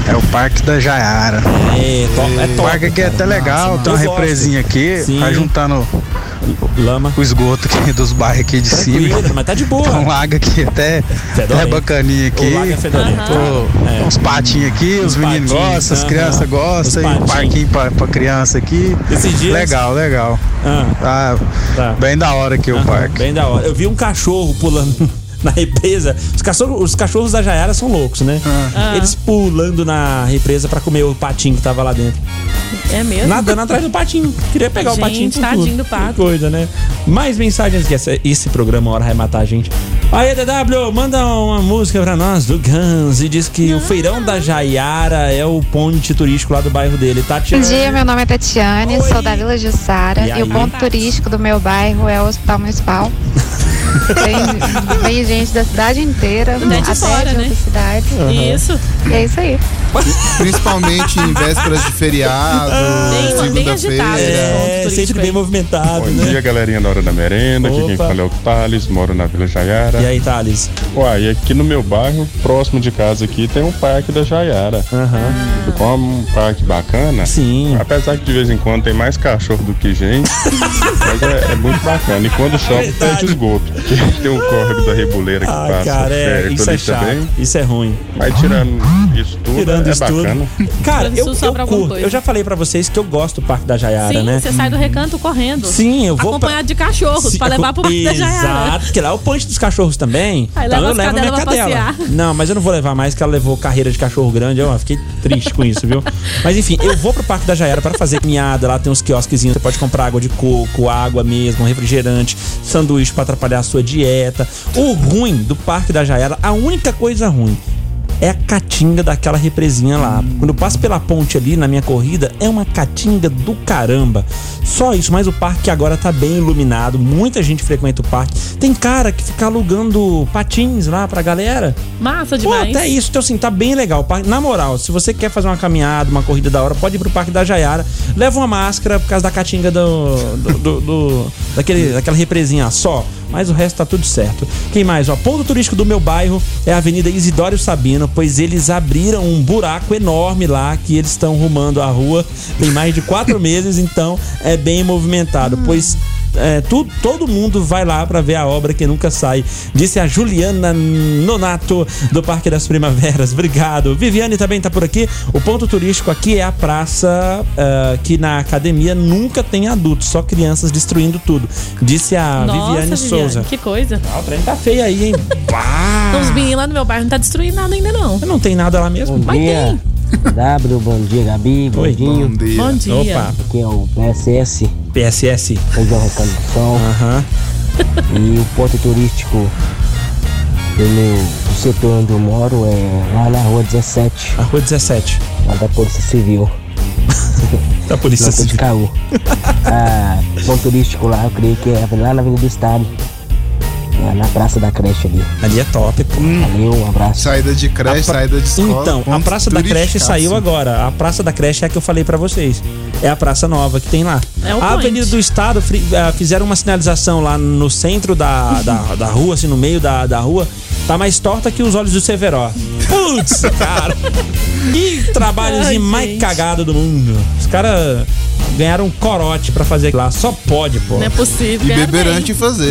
É o Parque da Jaiara.
É, top, é
O
top,
parque aqui é
cara.
até legal,
Massa,
tem uma
massa. Eu gosto.
represinha aqui,
Sim.
vai juntando
Lama.
o esgoto aqui dos bairros aqui de
Tranquilo,
cima.
mas tá de boa.
Tem
Então,
um lago aqui até,
Fedorento.
até bacaninha aqui.
O lago é fedorento.
Pô,
É.
Uns patinhos aqui,
Uns
os meninos
patinhos,
gostam, as
aham.
crianças gostam,
Os
e um
patinhos.
parquinho pra, pra criança aqui.
Esses dias-
Legal, legal. Tá Bem da hora aqui o parque.
Ah, Bem da hora. Eu vi um cachorro pulando na represa. Os cachorros, os cachorros da Jaiara são loucos, né?
Ah.
Eles pulando na represa pra comer o patinho que tava lá dentro.
É mesmo?
Nadando atrás do patinho. Queria pegar
Gente,
o patinho. por
tadinho
tudo.
do pato.
Que coisa, né? Mais mensagens que essa- esse programa Hora vai matar a gente. Aí, DW, manda uma música pra nós do Guns e diz que o feirão da Jaiara é o ponte turístico lá do bairro dele.
Bom
Tatiana.
dia, meu nome é Tatiane, sou da Vila Jussara
E
e,
aí?
o ponto turístico do meu bairro é o Hospital Municipal. Tem, vem gente da cidade inteira,
Até de
até
fora,
de
né?
outras cidades.
Aham. Isso.
E é isso aí.
Principalmente em vésperas de feriado, segunda-feira.
É, sempre bem movimentado. né?
Bom dia, galerinha da Hora da Merenda. Aqui quem
Opa.
fala é o Thales, moro na Vila Jaiara.
E aí, Thales?
Uai, aqui no meu bairro, próximo de casa aqui, tem um parque da Jaiara. Como um parque bacana.
Sim.
Apesar que de vez em quando tem mais cachorro do que gente, mas é, é muito bacana. E quando chove, perde esgoto. Porque tem um córrego da Reboleira que
Ah,
passa
cara, é,
perto
isso é
ali
chato,
também.
Isso é ruim.
Mas tirando isso tudo,
Tirando
é
isso tudo.
bacana.
Cara,
Quando
eu,
isso
eu
sobra alguma
curto.
coisa.
Eu já falei pra vocês que eu gosto do Parque da Jaiara,
Sim,
né?
você sai do recanto correndo.
Sim, eu vou pra-
Acompanhado de cachorros
Se-
pra levar pro Parque da Jaiara.
Exato, que lá é o punch dos cachorros também.
Aí
então
leva
eu
as
levo minha
cadelas pra
cadela.
passear.
Não, mas eu não vou levar mais, que ela levou carreira de cachorro grande. Eu fiquei triste com isso, viu? Mas enfim, eu vou pro Parque da Jaiara pra fazer caminhada. Lá tem uns quiosquezinhos, você pode comprar água de coco, água mesmo, um refrigerante, sanduíche pra atrapalhar a sua dieta. O ruim do Parque da Jaiara, a única coisa ruim. É a catinga daquela represinha lá. Quando eu passo pela ponte ali na minha corrida, é uma catinga do caramba. Só isso, mas o parque agora tá bem iluminado, muita gente frequenta o parque. Tem cara que fica alugando patins lá pra galera. Pô,
Massa demais.
até isso, então assim, tá bem legal. O parque- Na moral, se você quer fazer uma caminhada, uma corrida da hora, pode ir pro Parque da Jaiara. Leva uma máscara por causa da caatinga do, do- do- do- daquele, daquela represinha só. Mas o resto tá tudo certo. Quem mais? Ó, ponto turístico do meu bairro é a Avenida Isidório Sabino, pois eles abriram um buraco enorme lá que eles estão rumando a rua. Tem mais de quatro meses, então é bem movimentado. Pois é, tu- todo mundo vai lá pra ver a obra que nunca sai. Disse a Juliana Nonato, do Parque das Primaveras. Obrigado. Viviane também tá por aqui. O ponto turístico aqui é a praça ah, que na academia nunca tem adultos, só crianças destruindo tudo. Disse a
Nossa,
Viviane, Souza.
Que coisa.
Ah, o trem tá feio aí, hein? Pá!
Então, os meninos lá no meu bairro não tá destruindo nada ainda, não.
Não tem nada lá mesmo?
Mas tem.
W, bom dia, Gabi, bom dia. Bom
dia. Bom dia. Opa.
Aqui é o PSS.
PSS.
Hoje é o Recondução. E o ponto turístico do meu do setor onde eu moro é lá na Rua 17.
A Rua 17.
Lá da Polícia Civil.
da Polícia
Civil. de Caú. Ah, ponto turístico lá, eu creio que é lá na Avenida do Estado. lá Na Praça da Creche ali.
Ali é top, pô.
Valeu, um abraço.
Saída de creche,
A pra-
saída de escola.
Então, a
ponto
Praça da Creche
turístico.
saiu agora. A Praça da Creche é a que eu falei pra vocês. É a Praça Nova que tem lá.
É o
a
point.
Avenida do Estado fri- ah, fizeram uma sinalização lá no centro da, da, da rua, assim, no meio da, da rua. Tá mais torta que os olhos do Severó. Putz, cara. Que trabalhozinho
Ai,
mais
gente.
cagado do mundo. Os caras ganharam um corote pra fazer lá. Só pode, pô.
Não é possível. Ganharam bem.
né?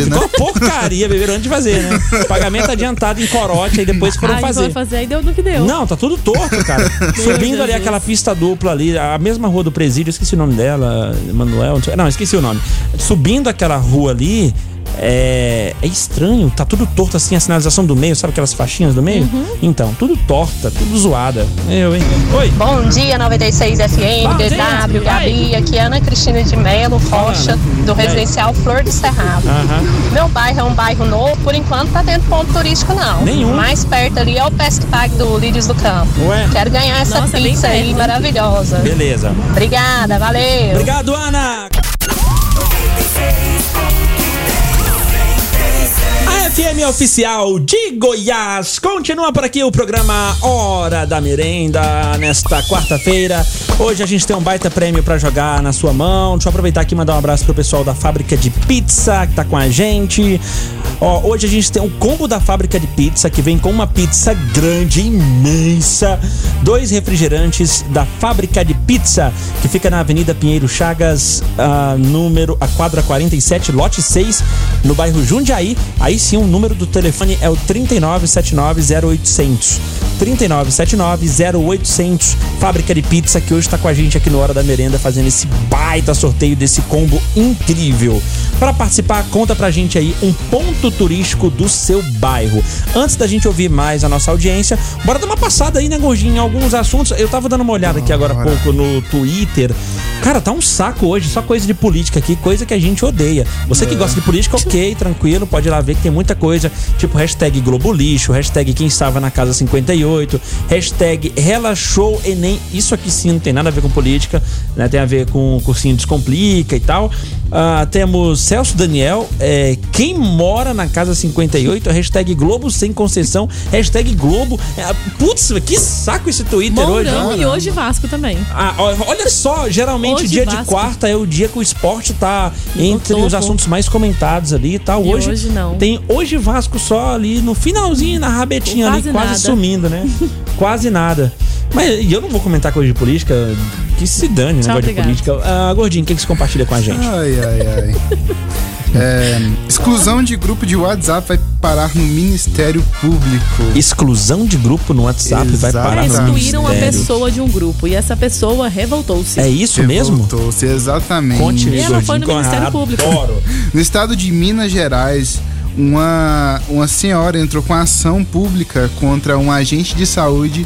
Ficou porcaria beber antes de fazer, né? Pagamento adiantado em corote, aí depois foram
Aí
fazer.
foi fazer, aí deu no que deu.
Não, tá tudo torto, cara. Subindo ali aquela pista dupla ali, a mesma rua do presídio, eu esqueci o nome dela, Manuel, não, sei- não, esqueci o nome. Subindo aquela rua ali, É, é estranho, tá tudo torto assim, a sinalização do meio, sabe aquelas faixinhas do meio? Então, tudo torta, tudo zoada. Eu, hein? Oi.
Bom dia, 96 FM,
Bom dia,
DW,
e aí?
Gabi. Aqui é Ana Cristina de Melo Rocha, do
E aí?
residencial Flor do Cerrado.
Aham.
Meu bairro é um bairro novo, por enquanto tá tendo ponto turístico não.
Nenhum.
Mais perto ali é o Pesque Pague do Lírios do Campo.
Ué.
Quero ganhar essa
Nossa, é bem
pizza aí
perto.
maravilhosa.
Beleza.
Obrigada, valeu.
Obrigado, Ana. A FM oficial de Goiás continua por aqui o programa Hora da Merenda nesta quarta-feira. Hoje a gente tem um baita prêmio pra jogar na sua mão. Deixa eu aproveitar aqui e mandar um abraço pro pessoal da Fábrica de Pizza que tá com a gente. Ó, hoje a gente tem o combo da Fábrica de Pizza que vem com uma pizza grande, imensa, dois refrigerantes da Fábrica de Pizza que fica na Avenida Pinheiro Chagas, ah, número a quadra 47, lote 6, no bairro Jundiaí. Aí sim, o número do telefone é o 3979-0800. 3979-0800. Fábrica de Pizza, que hoje está com a gente aqui no Hora da Merenda, fazendo esse baita sorteio desse combo incrível. Para participar, conta pra gente aí um ponto turístico do seu bairro. Antes da gente ouvir mais a nossa audiência, bora dar uma passada aí, né, Gordinho, em alguns assuntos. Eu tava dando uma olhada aqui agora há pouco no Twitter. Cara, tá um saco hoje, só coisa de política aqui, coisa que a gente odeia. Você
É.
que gosta de política, ok, tranquilo, pode ir lá ver que tem muita coisa, tipo hashtag Globolixo, hashtag quem estava na casa 58, hashtag relaxou Enem. Isso aqui sim não tem nada a ver com política, né? Tem a ver com o cursinho Descomplica e tal. Ah, temos Celso Daniel, é, quem mora na casa 58, hashtag Globo sem concessão, hashtag Globo. É, putz, que saco esse Twitter hoje.
Mourão e hoje Vasco também.
Ah, ó, olha só, geralmente
Hoje
dia de
Vasco.
quarta é o dia que o esporte tá entre
topo.
os assuntos mais comentados ali e tal.
E
Hoje,
hoje não.
tem hoje Vasco só ali no finalzinho, na rabetinha
Quase
ali, quase
nada.
sumindo, né? quase nada. Mas e eu não vou comentar coisa de política, que se dane o
Tchau,
negócio de
obrigada.
política. Ah, Gordinho, o que, que você compartilha com a gente?
Ai, ai, ai. É, exclusão de grupo de WhatsApp vai parar no Ministério Público.
Exclusão de grupo no WhatsApp vai parar no
Excluíram a
ministério.
pessoa de um grupo e essa pessoa revoltou-se.
É isso mesmo?
Revoltou-se, exatamente.
Conte-me, E ela foi no Gordinho, é Ministério que eu Público. adoro.
No estado de Minas Gerais, uma, uma senhora entrou com ação pública contra um agente de saúde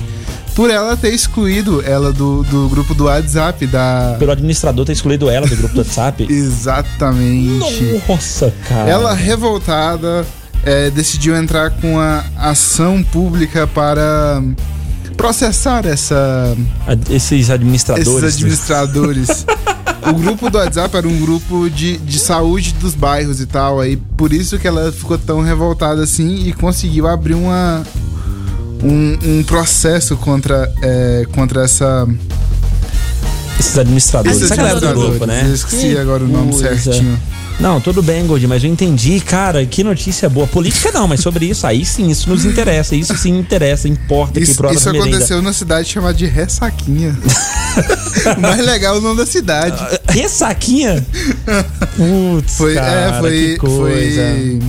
por ela ter excluído ela do, do grupo do WhatsApp da...
Pelo administrador ter excluído ela do grupo do WhatsApp.
exatamente.
Nossa, cara.
Ela revoltada é, decidiu entrar com a ação pública para processar essa
Ad- Esses administradores.
esses administradores. o grupo do WhatsApp era um grupo de, de saúde dos bairros e tal, aí por isso que ela ficou tão revoltada assim e conseguiu abrir uma um, um processo contra é, contra essa
Esses administradores.
Esses
Essa galera Ah, do
administradores,
grupo, né? é.
eu esqueci agora o nome certinho.
Não, tudo bem, Gold, mas eu entendi, cara, que notícia boa. Política não, mas sobre isso, aí sim, isso nos interessa, isso sim interessa, importa aqui
isso,
pro Hora
isso
da Merenda.
aconteceu na cidade chamada de Ressaquinha. O Mais legal é o nome da cidade.
Ressaquinha? Putz,
foi,
cara,
é, foi,
que coisa.
foi-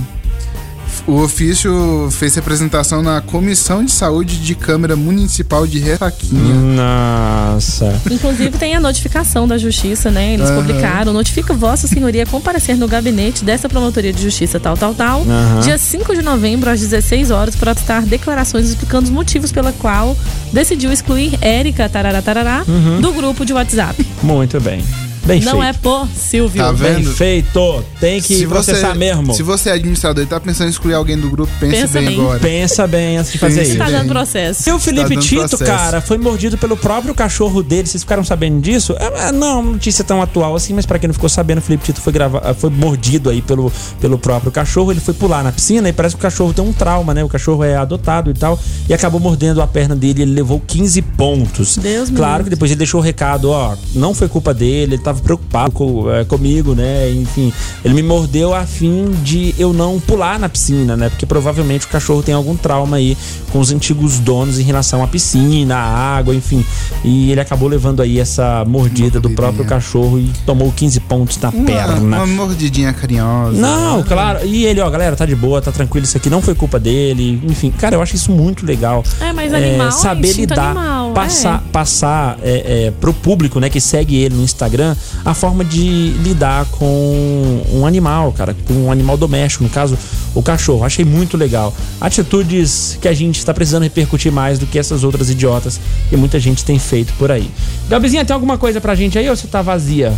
O ofício fez representação na Comissão de Saúde de Câmara Municipal de Ressaquinha.
Hum. Nossa.
Inclusive tem a notificação da justiça, né? Eles
Aham.
publicaram, notifica vossa senhoria a comparecer no gabinete dessa promotoria de justiça tal, tal, tal.
Aham.
Dia 5 de novembro, às 16 horas, para prestar declarações explicando os motivos pela qual decidiu excluir Érica Tarará Tarará
Uhum.
do grupo de WhatsApp.
Muito bem. Bem
Não
feito.
é por Silvio.
Tá vendo?
Bem feito. Tem que processar
você,
mesmo.
Se você é administrador e tá pensando em excluir alguém do grupo, pense
Pensa
bem,
bem.
agora.
Pensa bem antes de fazer
Pense
isso.
Tá
bem.
dando processo.
Seu Felipe
dando
Tito,
processo.
cara, foi mordido pelo próprio cachorro dele. Vocês ficaram sabendo disso? É, é, não, notícia tão atual assim, mas pra quem não ficou sabendo, o Felipe Tito foi, grava... ah, foi mordido aí pelo, pelo próprio cachorro. Ele foi pular na piscina e parece que o cachorro tem um trauma, né? O cachorro é adotado e tal. E acabou mordendo a perna dele. Ele levou 15 pontos.
Deus me
Claro
livre.
que depois ele deixou o recado, ó. Não foi culpa dele, ele tava preocupado co- é, comigo, né? Enfim, ele me mordeu a fim de eu não pular na piscina, né? Porque provavelmente o cachorro tem algum trauma aí com os antigos donos em relação à piscina, à água, enfim. E ele acabou levando aí essa mordida do próprio cachorro e tomou 15 pontos na
Uma,
perna.
Ah, uma mordidinha carinhosa.
Não, claro. E ele, ó, galera, tá de boa, tá tranquilo, isso aqui não foi culpa dele. Enfim, cara, eu acho isso muito legal.
É, mas animal é
saber
instinto
lidar,
animal,
passar,
é.
passar é, é, pro público, né, que segue ele no Instagram, a forma de lidar com um animal, cara, com um animal doméstico, no caso, o cachorro. Achei muito legal. Atitudes que a gente está precisando repercutir mais do que essas outras idiotas que muita gente tem feito por aí. Gabizinha, tem alguma coisa pra gente aí ou você tá vazia?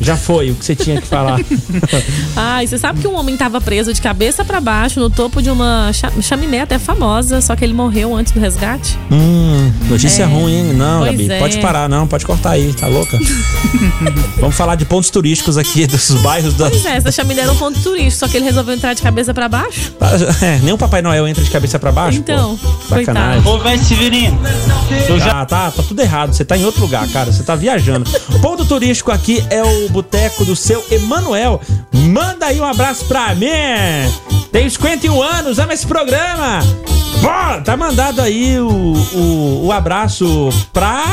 Já foi o que você tinha que falar.
Ai, você sabe que um homem estava preso de cabeça para baixo no topo de uma cha- chaminé até famosa, só que ele morreu antes do resgate?
Hum, notícia
É.
ruim, hein? Não,
Pois
Gabi,
é.
pode parar, não, pode cortar aí, tá louca? Vamos falar de pontos turísticos aqui, desses bairros da.
Pois é, essa chaminé era um ponto turístico, só que ele resolveu entrar de cabeça para baixo.
É, nem o Papai Noel entra de cabeça pra baixo.
Então,
pô. sacanagem.
coitado.
vai Severino. Ah, tá, tá tudo errado. Você tá em outro lugar, cara. Você tá viajando. O ponto turístico aqui é o boteco do seu Emanuel. Manda aí um abraço pra mim. Tenho 51 anos, ama esse programa. Bora, tá mandado aí o, o, o abraço pra.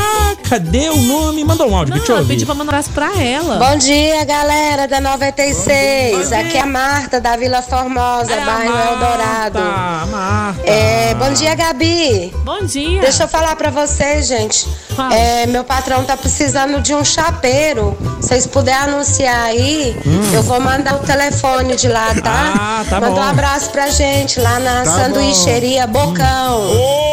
Cadê o nome? Mandou um áudio, que deixa eu
Ela
ouvir.
pediu pra mandar um abraço pra ela.
Bom dia, galera da 96. Aqui é a Marta da Vila Formosa,
É
bairro
Ah,
Eldorado. um
tá,
É, bom dia, Gabi.
Bom
É.
dia.
Deixa eu falar pra vocês, gente. É, meu patrão tá precisando de um chapeiro. Se vocês puderem anunciar aí, eu vou mandar o telefone de lá, tá?
Hum. Ah, tá
Manda
bom.
um abraço pra gente lá na
Tá
sanduicheria Bocão.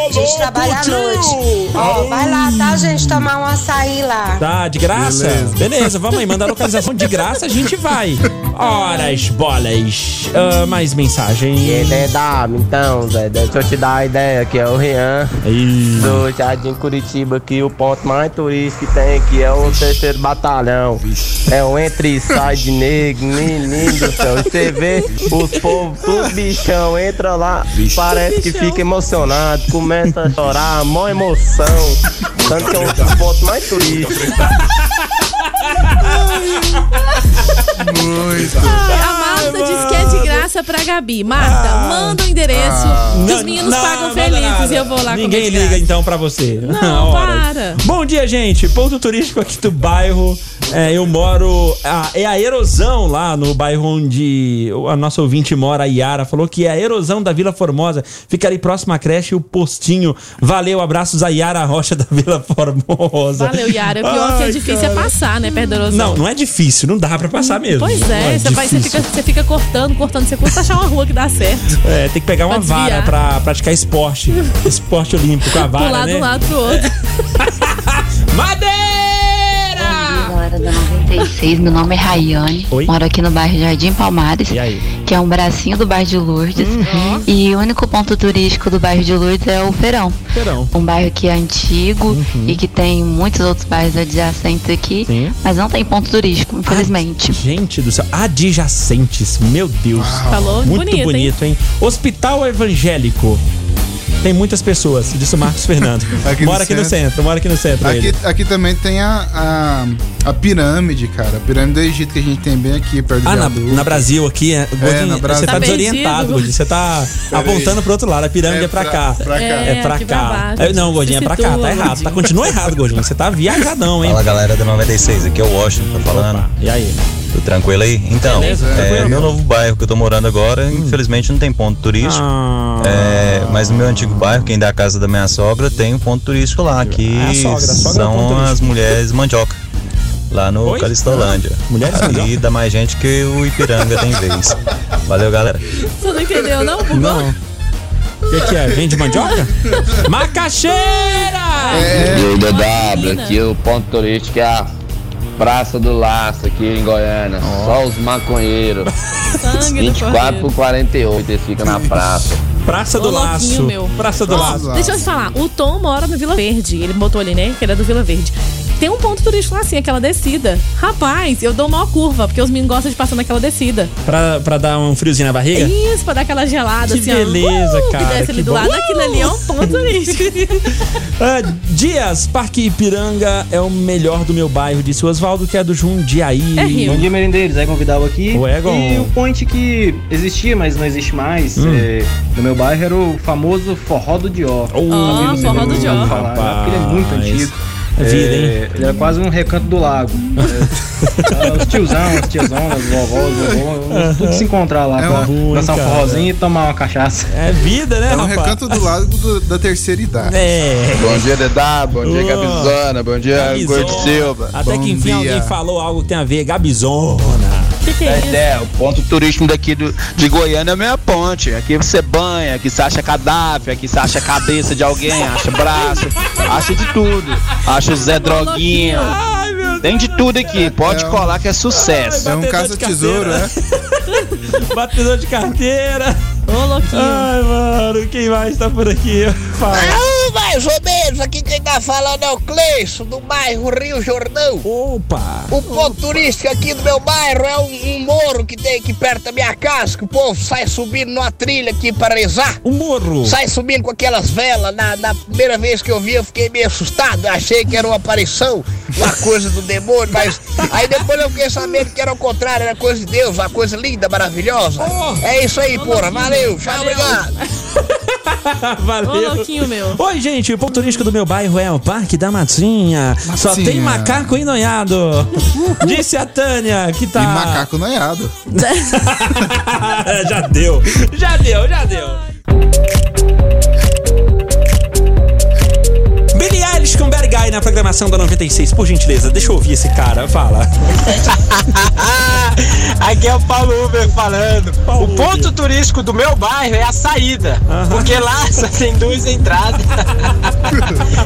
a gente trabalha à noite. Ó, vai lá, tá, gente? Tomar um açaí lá.
Tá, de graça?
Beleza.
Beleza, vamos aí, mandar localização de graça, a gente vai. Horas, bolas. Ah, mais mensagem.
E aí, né? Zé W, então, Zé, deixa eu te dar a ideia, que é o Rian, do Jardim Curitiba, que o ponto mais turístico que tem, que é o terceiro batalhão. É o entre e sai de negro, menino do céu. E Você vê os povos, tudo bichão, entra lá, parece que fica emocionado, começa a chorar, mó emoção. Tanto que é o ponto mais turístico.
Ai,
Ah,
a Marta disse que é de graça pra Gabi. Marta, manda o endereço.
ah.
que os meninos pagam felizes e eu vou lá
Ninguém
comer. de
liga então pra você.
Não, para.
Bom dia, gente. Ponto turístico aqui do bairro. É, eu moro. ah, é a erosão lá no bairro onde a nossa ouvinte mora, a Yara, falou que é a erosão da Vila Formosa. Fica ali próximo à creche e o postinho. Valeu, abraços a Yara Rocha da Vila Formosa.
Valeu, Yara. O pior que é
Ai,
difícil
cara.
é passar, né, perto da erosão.
Não, não é difícil, não dá pra passar mesmo.
Pois
Não
é, você, vai, você,
difícil.
fica, você fica cortando, cortando, você custa achar uma rua que dá certo.
É, tem que pegar uma
Pra desviar.
vara pra praticar esporte. esporte olímpico, a vara,
Pular de
né?
um lado pro outro.
Madeira! Galera da 96, meu nome é Rayane,
Oi?
moro aqui no bairro Jardim Palmares, que é um bracinho do bairro de Lourdes.
Uhum.
E o único ponto turístico do bairro de Lourdes é o Feirão. Feirão. Um bairro que é antigo e que tem muitos outros bairros adjacentes aqui,
Uhum. Sim. Ah.
mas não tem ponto turístico, infelizmente.
Gente do céu, adjacentes, meu Deus.
Falou
Muito
bonito,
bonito, hein? Hospital Evangélico. Tem muitas pessoas, disse o Marcos Fernando.
Aqui no
mora aqui no
centro.
centro, mora aqui no centro.
Aqui,
ele.
aqui também tem a, a, a pirâmide, cara. A pirâmide do Egito que a gente tem bem aqui, perto
Ah,
de
na,
Abu.
na Brasil aqui, é, Godinho,
na
você
Brasil.
tá,
Tá
desorientado,
perdido.
Godinho. Você tá
Peraí.
apontando pro outro lado. A pirâmide é,
É
pra,
pra-
cá.
pra cá.
É,
É,
pra
aqui
cá.
pra baixo.
É, não, Godinho, é
Se
pra cá.
situa,
Tá errado. Tá,
Godinho.
continua errado, Godinho. Você tá viajadão, hein?
Fala galera da 96, aqui é o Washington falando.
e aí?
Tudo tranquilo aí? Então,
Beleza, né?
é,
tranquilo. Hum.
meu novo bairro que eu tô morando agora, infelizmente não tem ponto turístico.
Ah,
É, mas no meu antigo bairro, quem dá a casa da minha sogra, tem um ponto turístico lá, que
Ah, a sogra, a sogra é um ponto
são
turístico.
as mulheres mandioca. Lá no
Oi?
Calistolândia.
Mulheres
Ali dá mais gente que o Ipiranga tem vez. Valeu, galera.
Você não entendeu, não? Bugou?
O que, que é? Vende mandioca? Macaxeira!
É,
E DW, aqui o ponto turístico é a Praça do Laço aqui em Goiânia. Só os maconheiros.
Sangue do
24 por 48 eles ficam na praça.
Praça
Ô, louquinho meu. Ó, Deixa eu te falar, o Tom mora no Vila Verde. Ele botou ali, né? Que ele é do Vila Verde. Tem um ponto turístico lá assim, aquela descida. Rapaz, eu dou uma curva, porque os meninos gostam de passar naquela descida.
Pra, pra dar um friozinho na barriga?
Isso, pra dar aquela gelada,
Que
assim,
beleza,
ó, uh,
cara,
Que desce
que
ali do
bom. Uh!
lado, aquilo ali é um ponto turístico.
Ah, Dias, Parque Ipiranga é o melhor do meu bairro, disse o Oswaldo, que é do Jundiaí.
É Rio. Bom dia,
merendeiros. É convidado aqui.
E o
O Egon.
point que existia, mas não existe mais,
Hum.
é, no meu bairro, era o famoso Forró do Dior.
Oh,
Talvez vocês tenham
forró do
ouvido
Dior.
né?
falar, Porque ele é muito
Rapaz.
antigo.
Vida, hein?
É, Ele era quase um recanto do lago. É, os tiozão, as tiozonas, os vovós, os vovós, tudo se encontrar lá
É
pra
uma- ruim,
dançar um
cara.
forrozinho e tomar uma cachaça.
É vida,
É um recanto do lado do- da terceira idade.
É.
Bom dia, Dedá. Bom dia, Gabizona. Bom dia,
Gabizona.
Gordo Silva.
Até que enfim alguém falou algo que tem a ver. Gabizona.
Que que é, é, o ponto turístico daqui do- de Goiânia é a minha ponte. Aqui você banha, aqui você acha cadáver, aqui você acha cabeça de alguém, acha braço, acha de tudo. Acha o Zé Droguinha. Tem de tudo aqui, pode colar que é sucesso.
É um né? caça-tesouro, né?
Batedor de carteira.
Ô,
Hum.
louquinho.
Ai, mano, quem mais tá por aqui? Fala.
Alô, mais ou menos, aqui quem tá falando é o Cleiton, do bairro Rio Jordão.
Opa!
O ponto turístico aqui do meu bairro é um, um morro que tem aqui perto da minha casa, que o povo sai subindo numa trilha aqui para rezar.
Um morro?
Sai subindo com aquelas velas. Na, na primeira vez que eu vi, eu fiquei meio assustado. Achei que era uma aparição, uma coisa do demônio, mas aí depois eu fiquei sabendo que era o contrário, era coisa de Deus, uma coisa linda, maravilhosa. É isso aí, porra. Valeu, tchau, obrigado.
Valeu.
Ô, louquinho meu.
Oi, gente, o ponto turístico do meu bairro é o Parque da Matinha. Só tem macaco enonhado. Disse a Tânia que tá. E macaco
noiado.
já deu. Já deu, já deu. Billy Eilish com Bad Guy na programação da 96, por gentileza. Deixa eu ouvir esse cara, fala.
Aqui é o Paulo Uber falando. o ponto turístico do meu bairro é a saída. Porque lá só tem duas entradas.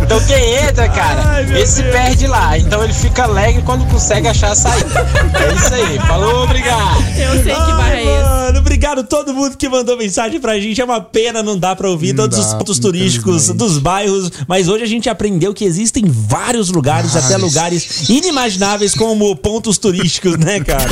então quem entra, cara, esse perde lá. Então ele fica alegre quando consegue achar a saída. É isso aí. Falou, obrigado.
Eu sei que
Ai,
bairro é esse.
Mano, obrigado a todo mundo que mandou mensagem pra gente. É uma pena não dá pra ouvir todos os pontos turísticos dos bairros, mas hoje a gente aprendeu que existem vários lugares, até lugares inimagináveis como pontos turísticos, né, cara?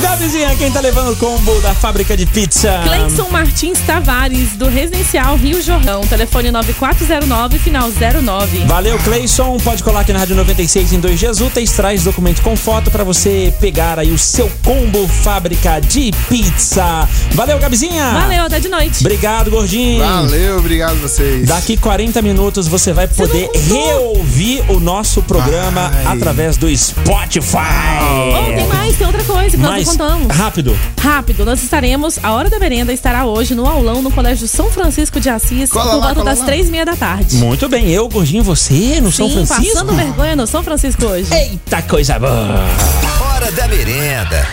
Gabizinha, quem tá levando o combo da fábrica de pizza?
Cleison Martins Tavares, do Residencial Rio Jordão. Telefone 9409, final 09.
Valeu, Cleison. Pode colar aqui na Rádio 96 em dois dias úteis. Traz documento com foto pra você pegar aí o seu combo fábrica de pizza. Valeu, Gabizinha.
Valeu, até de noite.
Obrigado, gordinho.
Valeu, obrigado a vocês.
Daqui 40 minutos você vai poder reouvir o nosso programa através do Spotify.
Oh, tem mais, tem outra coisa que
Mas,
nós não contamos.
rápido.
Rápido, nós estaremos, a Hora da Merenda estará hoje no aulão no Colégio São Francisco de Assis,
Cola
por
lá,
volta
cola
das
lá.
três e meia da tarde.
Muito bem, eu, Gordinho, você no São
Sim,
Francisco.
passando vergonha no São Francisco hoje.
Eita coisa boa.
Hora da merenda.